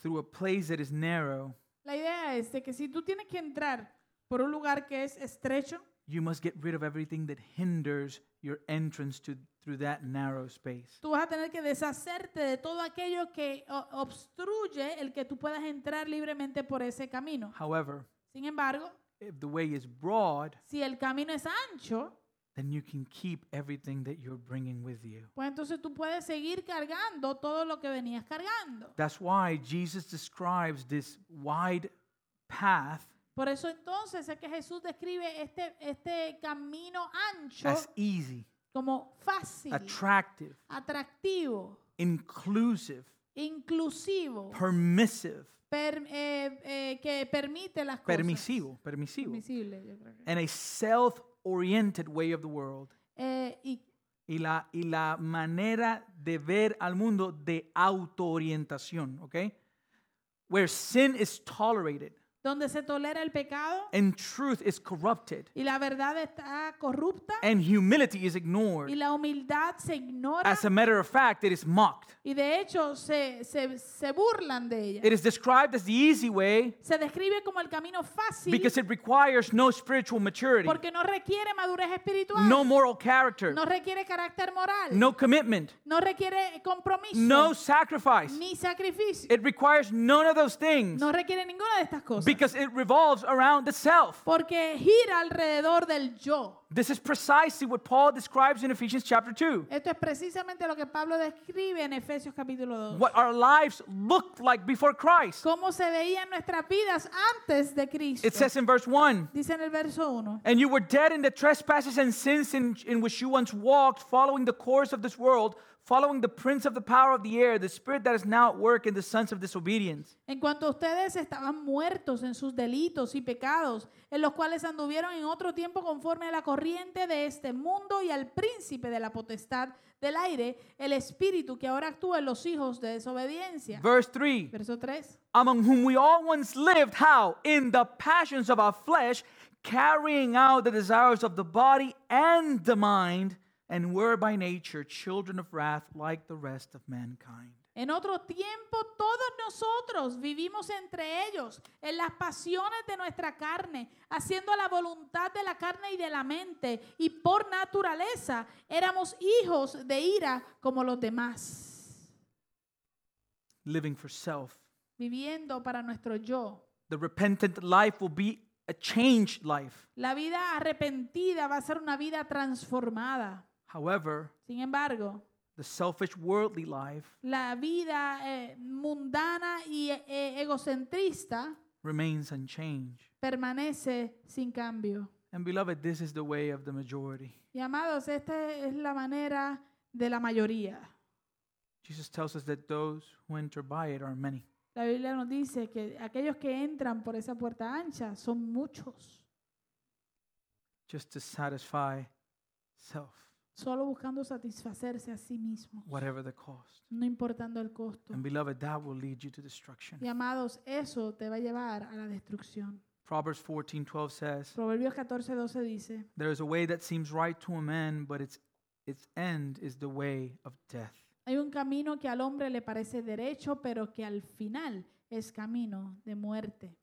through a place that is narrow, La idea es de que si tú tienes que entrar por un lugar que es estrecho, you must get rid of everything that hinders your entrance to through that narrow space. tú vas a tener que deshacerte de todo aquello que o- obstruye el que tú puedas entrar libremente por ese camino. However, Sin embargo, if the way is broad, si el camino es ancho, then you can keep everything that you're bringing with you. pues entonces tú puedes seguir cargando todo lo que venías cargando. That's why Jesus describes this wide path Por eso entonces es que Jesús describe este, este camino ancho as easy, como fácil, attractive, atractivo, inclusive, inclusivo, permissive, per- eh, eh, que permite las cosas. permisivo, permisivo, Permisible, yo creo que. and a self-oriented way of the world. Eh, y, Y la, y la manera de ver al mundo de autoorientación, ¿ok? Where sin is tolerated donde se tolera el pecado and truth is corrupted y la verdad está corrupta and humility is y ignored. la humildad se ignora As a matter of fact, it is mocked. y de hecho se, se, se burlan de ella. It is described as the easy way Se describe como el camino fácil because it requires no spiritual maturity, porque no requiere madurez espiritual, no moral character, no requiere carácter moral, no commitment, no requiere compromiso, no sacrifice. ni sacrificio, It requires none of those things no requiere ninguna de estas cosas because it revolves around the self. porque gira alrededor del yo. This is precisely what Paul describes in Ephesians chapter 2. Esto es precisamente lo que Pablo describe en Efesios capítulo 2. What our lives looked like before Christ. cómo se veían nuestras vidas antes de Cristo. It says in verse 1 Dice en el verso 1. And you were dead in the trespasses and sins in, in which you once walked, following the course of this world, following the prince of the power of the air, the spirit that is now at work in the sons of disobedience. En cuanto a ustedes estaban muertos en sus delitos y pecados, en los cuales anduvieron en otro tiempo conforme a la corriente de este mundo y al príncipe de la potestad del aire, el espíritu que ahora actúa en los hijos de desobediencia. Verse 3 Verso 3. Among whom we all once lived, how? In the passions of our flesh, carrying out the desires of the body and the mind, and were by nature children of wrath like the rest of mankind. En otro tiempo todos nosotros vivimos entre ellos, en las pasiones de nuestra carne, haciendo la voluntad de la carne y de la mente, y por naturaleza éramos hijos de ira como los demás, living for self. viviendo para nuestro yo. The repentant life will be a changed life. La vida arrepentida va a ser una vida transformada. However, Sin embargo, the selfish worldly life la vida eh, mundana y eh, egocentrista remains unchanged. permanece sin cambio. And beloved, this is the way of the majority. Y amados, esta es la manera de la mayoría. Jesus tells us that those who enter by it are many. La Biblia nos dice que aquellos que entran por esa puerta ancha son muchos, Just to satisfy self, solo buscando satisfacerse a sí mismos, whatever the cost. no importando el costo. And beloved, that will lead you to destruction. Y amados, eso te va a llevar a la destrucción. Proverbs 14:12 says, Proverbios 14, 12 dice, "There is a way that seems right to a man, but its its end is the way of death." hay un camino que al hombre le parece derecho, pero que al final es camino de muerte.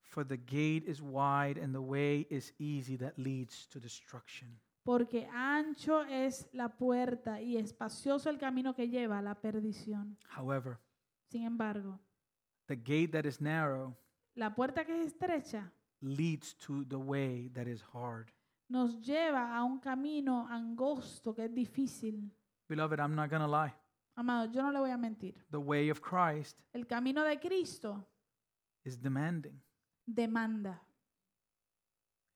For the gate is wide and the way is easy that leads to destruction. Porque ancho es la puerta y espacioso el camino que lleva a la perdición. However, Sin embargo, the gate that is narrow La puerta que es estrecha leads to the way that is hard. nos lleva a un camino angosto que es difícil. Beloved, I'm not going to lie. Amado, yo no le voy a mentir. The way of Christ El camino de Cristo is demanding. demanda.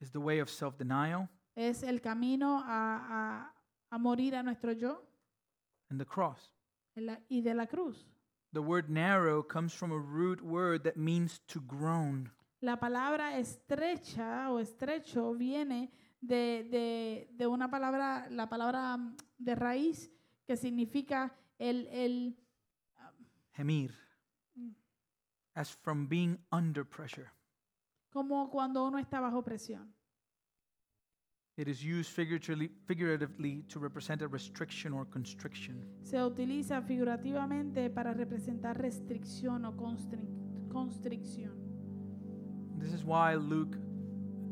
It's the way of self denial Es el camino a, a- a morir a nuestro yo and the cross. en la- y de la cruz. The word narrow comes from a root word that means to groan. La palabra estrecha o estrecho viene de, de- de una palabra, la palabra mm, de raíz que significa el, el Hemir. Mm. As from being under pressure. como cuando uno está bajo presión. It is used figuratively, figuratively to represent a restriction or constriction. Se utiliza figurativamente para representar restricción o constrin- constricción. This is why Luke,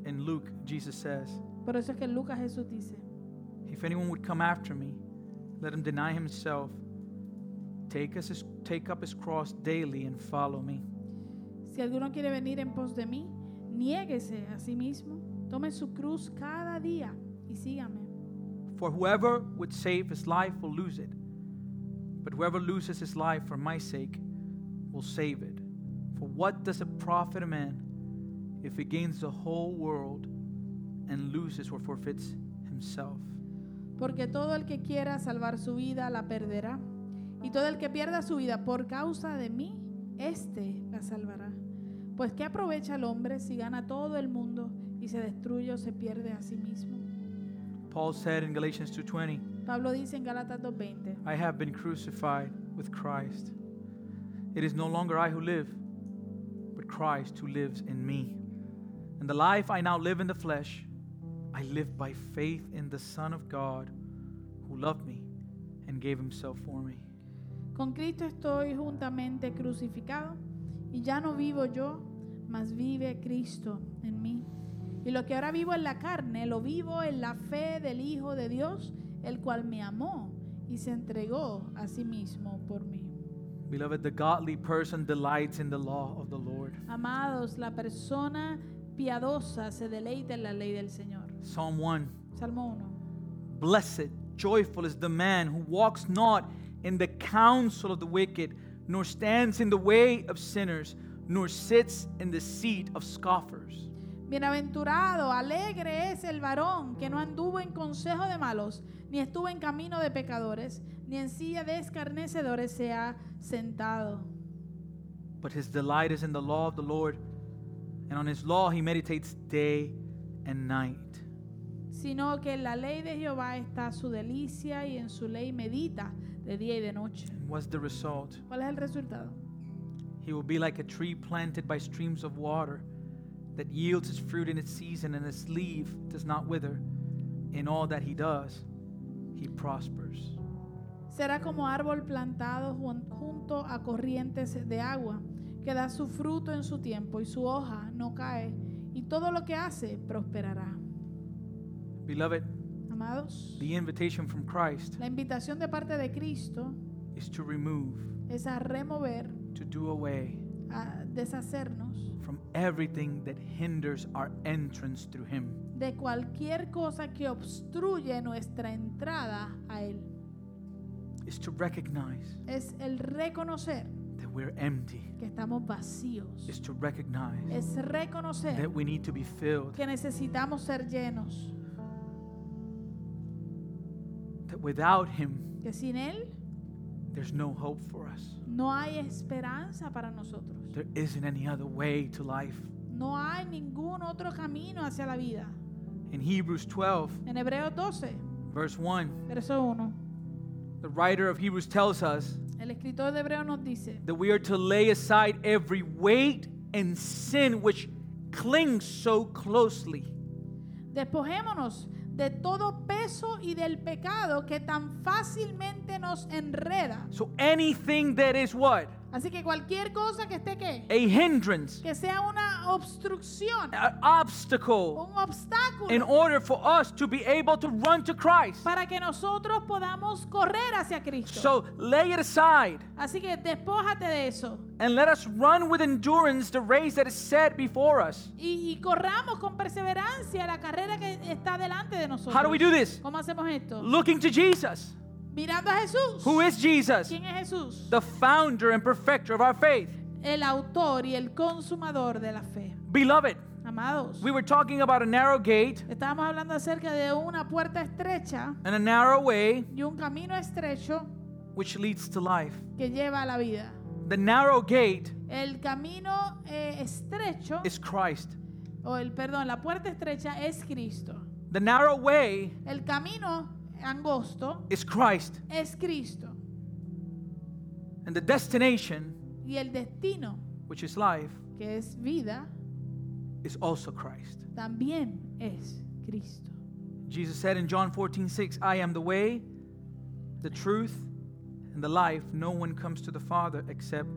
in Luke, Jesus says, Por eso es que Lucas Jesús dice, If anyone would come after me, let him deny himself, take, us his, take up his cross daily, and follow me. si alguno quiere venir en pos de mí, niéguese a sí mismo, tome su cruz cada día y sígame. For whoever would save his life will lose it, but whoever loses his life for my sake will save it. For what does it profit a man if he gains the whole world and loses or forfeits himself? Porque todo el que quiera salvar su vida la perderá. Y todo el que pierda su vida por causa de mí, éste la salvará. Pues ¿qué aprovecha el hombre si gana todo el mundo y se destruye o se pierde a sí mismo? Paul said in Galatians 2:20, Pablo dice en Gálatas 2.20, I have been crucified with Christ. It is no longer I who live, but Christ who lives in me. And the life I now live in the flesh, I live by faith in the Son of God who loved me and gave himself for me. con Cristo estoy juntamente crucificado y ya no vivo yo, mas vive Cristo en mí. Y lo que ahora vivo en la carne, lo vivo en la fe del Hijo de Dios, el cual me amó y se entregó a sí mismo por mí. Beloved, the godly person delights in the law of the Lord. Amados, la persona piadosa se deleita en la ley del Señor. Psalm 1 Salmo 1. Blessed, joyful is the man who walks not in the counsel of the wicked, nor stands in the way of sinners, nor sits in the seat of scoffers. Bienaventurado, alegre es el varón que no anduvo en consejo de malos, ni estuvo en camino de pecadores, ni en silla de escarnecedores se ha sentado. But his delight is in the law of the Lord, and on his law he meditates day and night. Sino que en la ley de Jehová está su delicia y en su ley medita de día y de noche. And what's the result? ¿Cuál es el resultado? He will be like a tree planted by streams of water that yields its fruit in its season, and its leaf does not wither. In all that he does, he prospers. Será como árbol plantado jun- junto a corrientes de agua, que da su fruto en su tiempo y su hoja no cae, y todo lo que hace prosperará. Beloved, Amados, the invitation from Christ la invitación de parte de Cristo is to remove, es a remover, to do away a deshacernos from everything that hinders our entrance through Him. de cualquier cosa que obstruye nuestra entrada a Él. Is to recognize Es el reconocer that we're empty. que estamos vacíos. Is to recognize Es reconocer that we need to be filled. que necesitamos ser llenos, That without Him, que sin Él there's no hope for us. No hay esperanza para nosotros. There isn't any other way to life. No hay ningún otro camino hacia la vida. In Hebrews 12, En Hebreos 12, verse 1, verso 1, the writer of Hebrews tells us el escritor de Hebreos nos dice that we are to lay aside every weight and sin which clings so closely. Despojémonos de todo peso y del pecado que tan fácilmente nos enreda. So anything that is what? Así que cualquier cosa que esté que, A hindrance, que sea una obstrucción, an obstacle, un in obstáculo order for us to be able to run to Christ. para que nosotros podamos correr hacia Cristo. So lay it aside Así que despójate de eso and let us run with endurance the race that is set before us. y, y corramos con perseverancia la carrera que está delante de nosotros. How do we do this? ¿Cómo hacemos esto? Looking to Jesus. Mirando a Jesús. Who is Jesus? ¿Quién es Jesús? The founder and perfecter of our faith. El autor y el consumador de la fe. Beloved, Amados, we were talking about a narrow gate estábamos hablando acerca de una puerta estrecha and a narrow way y un camino estrecho which leads to life. que lleva a la vida. The narrow gate El camino eh, estrecho, is Christ. o el perdón, la puerta estrecha es Cristo. The narrow way El camino angosto is Christ. es Cristo. And the destination, Y el destino, which is life, que es vida, is also Christ. también es Cristo. Jesus said in John 14, 6, I am the way, the truth, and the life. No one comes to the Father except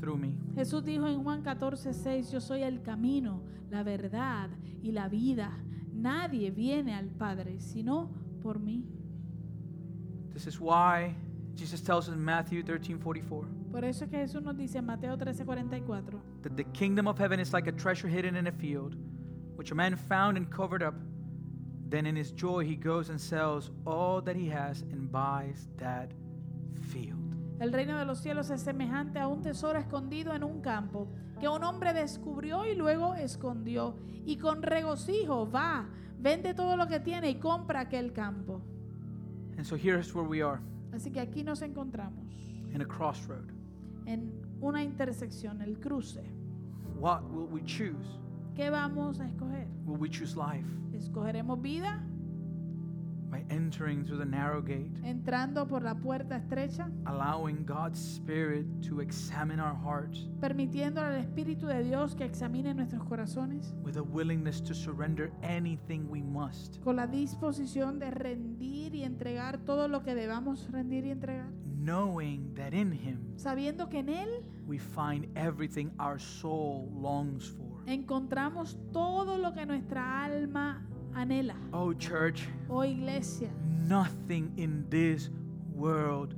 through me. Jesús dijo en Juan 14, 6, yo soy el camino, la verdad y la vida. Nadie viene al Padre sino por mí. This is why Jesus tells us in Matthew 13, 44, Por eso es que Jesús nos dice en Mateo 13, 44, that the kingdom of heaven is like a treasure hidden in a field, which a man found and covered up. Then in his joy he goes and sells all that he has and buys that field. el reino de los cielos es semejante a un tesoro escondido en un campo, que un hombre descubrió y luego escondió, y con regocijo va, vende todo lo que tiene y compra aquel campo. And so here's where we are Así que aquí nos encontramos in a crossroad. en una intersección, el cruce. What will we choose? ¿Qué vamos a escoger? Will we choose life ¿Escogeremos vida? by entering through the narrow gate? entrando por la puerta estrecha, allowing God's Spirit to examine our hearts permitiendo al Espíritu de Dios que examine nuestros corazones, with a willingness to surrender anything we must, con la disposición de rendir y entregar todo lo que debamos rendir y entregar, knowing that in Him sabiendo que en Él we find everything our soul longs for. encontramos todo lo que nuestra alma anhela. Oh, church, Oh iglesia, nothing in this world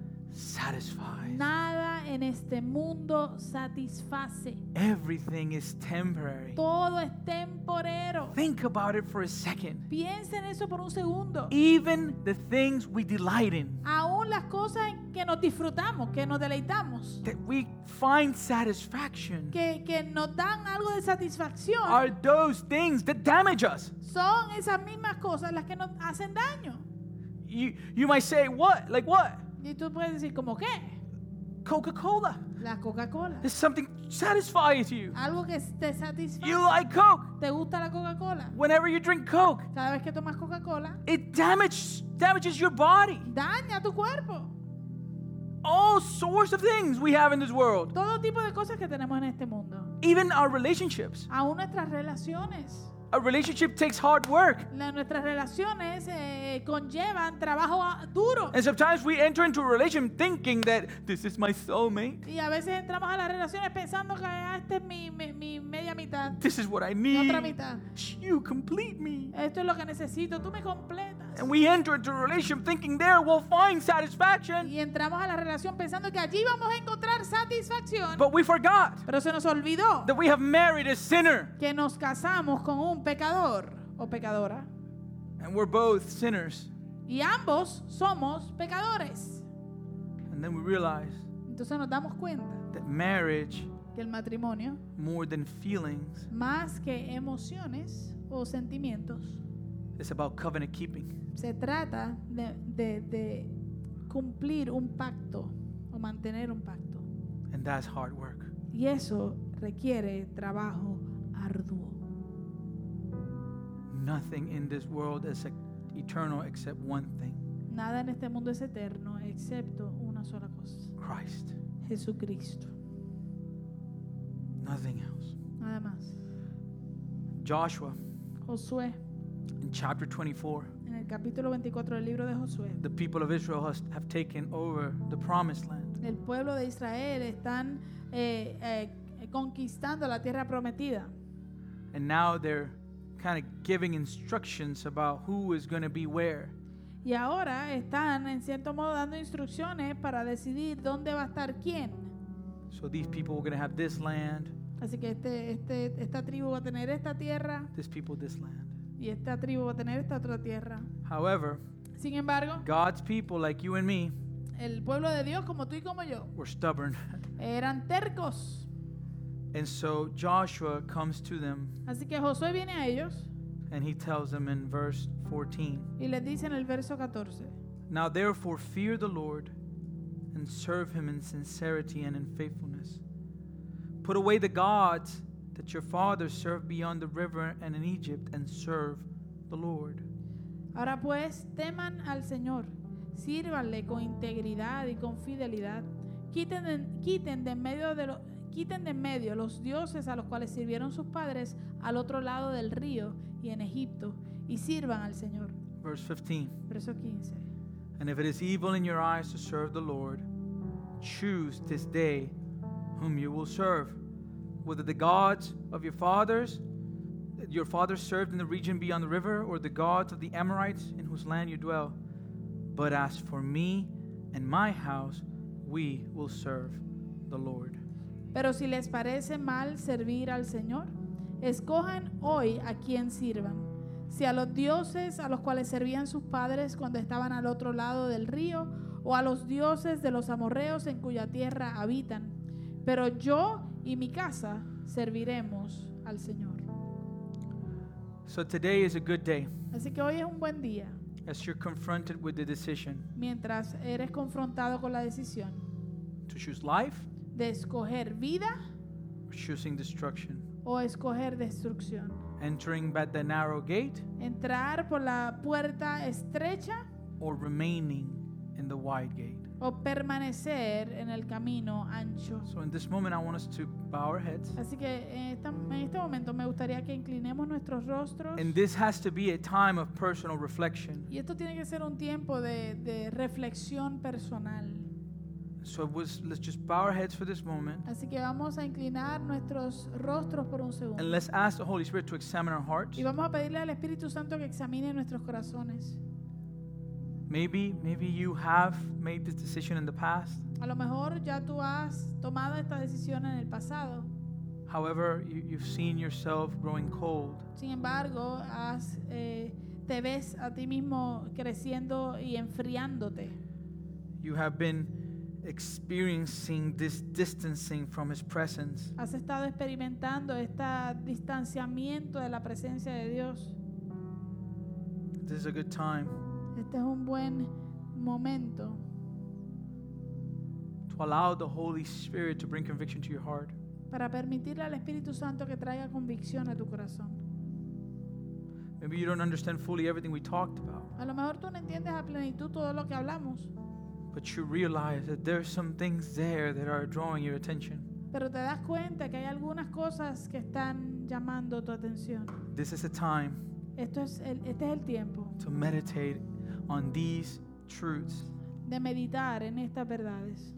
satisfies. nada en este mundo satisface, Everything is temporary. todo es temporero. Think about it for a second. Piensa en eso por un segundo. Even the things we delight in, Aún las cosas en que nos disfrutamos, que nos deleitamos, that we find satisfaction, que, que nos dan algo de satisfacción are those things that damage us. son esas mismas cosas las que nos hacen daño. You, you might say, what? Like what? Y tú puedes decir, ¿como qué? Coca Cola. La Coca-Cola. There's something satisfies you. Algo que te satisface. You like Coke. ¿Te gusta la Coca-Cola? Whenever you drink Coke, Cada vez que tomas Coca-Cola, it damages damages your body. daña tu cuerpo. All sorts of things we have in this world, Todo tipo de cosas que tenemos en este mundo. even our relationships. Aún nuestras relaciones. A relationship takes hard work, La- nuestras relaciones eh, conllevan trabajo a- duro. and sometimes we enter into a relation thinking that this is my soulmate. Y a veces entramos a las relaciones pensando que ah, este es mi, mi- mi media mitad, This is what I mi otra need. mitad. Eh, You complete me. Esto es lo que necesito, tú me completas. And we enter into a relationship thinking there we'll find satisfaction, Y entramos a la relación pensando que allí vamos a encontrar satisfacción. but we forgot Pero se nos olvidó that we have married a sinner, que nos casamos con un pecador o pecadora. and we're both sinners. Y ambos somos pecadores. And then we realize Entonces nos damos cuenta that marriage, que el matrimonio, more than feelings, más que emociones o sentimientos, is about covenant keeping. se trata de, de- de cumplir un pacto o mantener un pacto. And that's hard work. Y eso requiere trabajo arduo. Nothing in this world is e- eternal except one thing Nada en este mundo es eterno excepto una sola cosa, Christ. Jesucristo, Nothing else. nada más. Joshua, Josué, in chapter 24, en el capítulo 24 del libro de Josué, the people of Israel has, have taken over the promised land. el pueblo de Israel están eh, eh, conquistando la tierra prometida And now they're kind of giving instructions about who is going to be where. y ahora están en cierto modo dando instrucciones para decidir dónde va a estar quién. So these people are going to have this land, Así que este, este, esta tribu va a tener esta tierra this people this land. y esta tribu va a tener esta otra tierra. However, Sin embargo, God's people, like you and me, el pueblo de Dios, como tú y como yo, were stubborn. [LAUGHS] eran tercos. And so Joshua comes to them Así que Josué viene a ellos and he tells them in verse 14 y les dice en el verso 14, Now therefore fear the Lord and serve Him in sincerity and in faithfulness. Put away the gods that your fathers served beyond the river and in Egypt and serve the Lord. Ahora pues, teman al Señor, sírvanle con integridad y con fidelidad. Quiten de, quiten de en medio de lo- quiten de en medio los dioses a los cuales sirvieron sus padres al otro lado del río y en Egipto y sirvan al Señor. Verse 15. Verso 15. And if it is evil in your eyes to serve the Lord, choose this day whom you will serve, whether the gods of your fathers that your fathers served in the region beyond the river, or the gods of the Amorites in whose land you dwell. But as for me and my house, we will serve the Lord. Pero si les parece mal servir al Señor, escojan hoy a quien sirvan. Si a los dioses a los cuales servían sus padres cuando estaban al otro lado del río, o a los dioses de los amorreos en cuya tierra habitan. Pero yo y mi casa serviremos al Señor. So today is a good day Así que hoy es un buen día as you're confronted with the decision mientras eres confrontado con la decisión to choose life de escoger vida or choosing destruction, o escoger destrucción. entering by the narrow gate Entrar por la puerta estrecha or remaining in the wide gate. o permanecer en el camino ancho. So, in this moment, I want us to bow our heads. Así que en, esta- en este momento me gustaría que inclinemos nuestros rostros. And this has to be a time of personal reflection. Y esto tiene que ser un tiempo de, de reflexión personal. So, it was, let's just bow our heads for this moment. Así que vamos a inclinar nuestros rostros por un And segundo. let's ask the Holy Spirit to examine our hearts. Y vamos a pedirle al Espíritu Santo que examine nuestros corazones. Maybe, maybe you have made this decision in the past. A lo mejor ya tú has tomado esta decisión en el pasado. However, you, you've seen yourself growing cold. Sin embargo, has, eh, te ves a ti mismo creciendo y enfriándote. You have been experiencing this distancing from His presence. Has estado experimentando este distanciamiento de la presencia de Dios. This is a good time Este es un buen momento to allow the Holy Spirit to bring conviction to your heart. para permitirle al Espíritu Santo que traiga convicción a tu corazón. Maybe you don't understand fully everything we talked about. A lo mejor tú no entiendes a plenitud todo lo que hablamos, But you realize that there's some things there that are drawing your attention. pero te das cuenta que hay algunas cosas que están llamando tu atención. This is a time Esto es el- este es el tiempo to meditate on these truths de meditar en estas verdades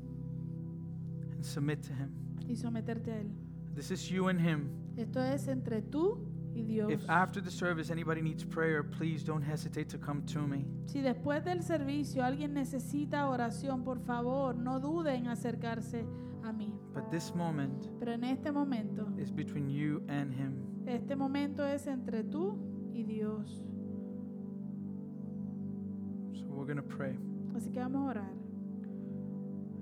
and submit to Him. y someterte a Él. This is you and Him. Esto es entre tú y Dios. If after the service anybody needs prayer, please don't hesitate to come to me. Si después del servicio alguien necesita oración, por favor, no duden en acercarse a mí. But this moment Pero en este momento, is between you and Him. este momento es entre tú y Dios. So we're going to pray. Así que vamos a orar.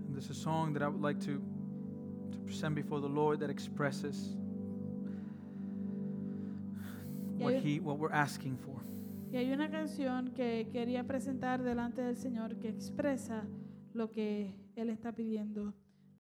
And there's a song that I would like to, to present before the Lord that expresses what, Yeah. he, what we're asking for. Y hay una canción que quería presentar delante del Señor que expresa lo que Él está pidiendo.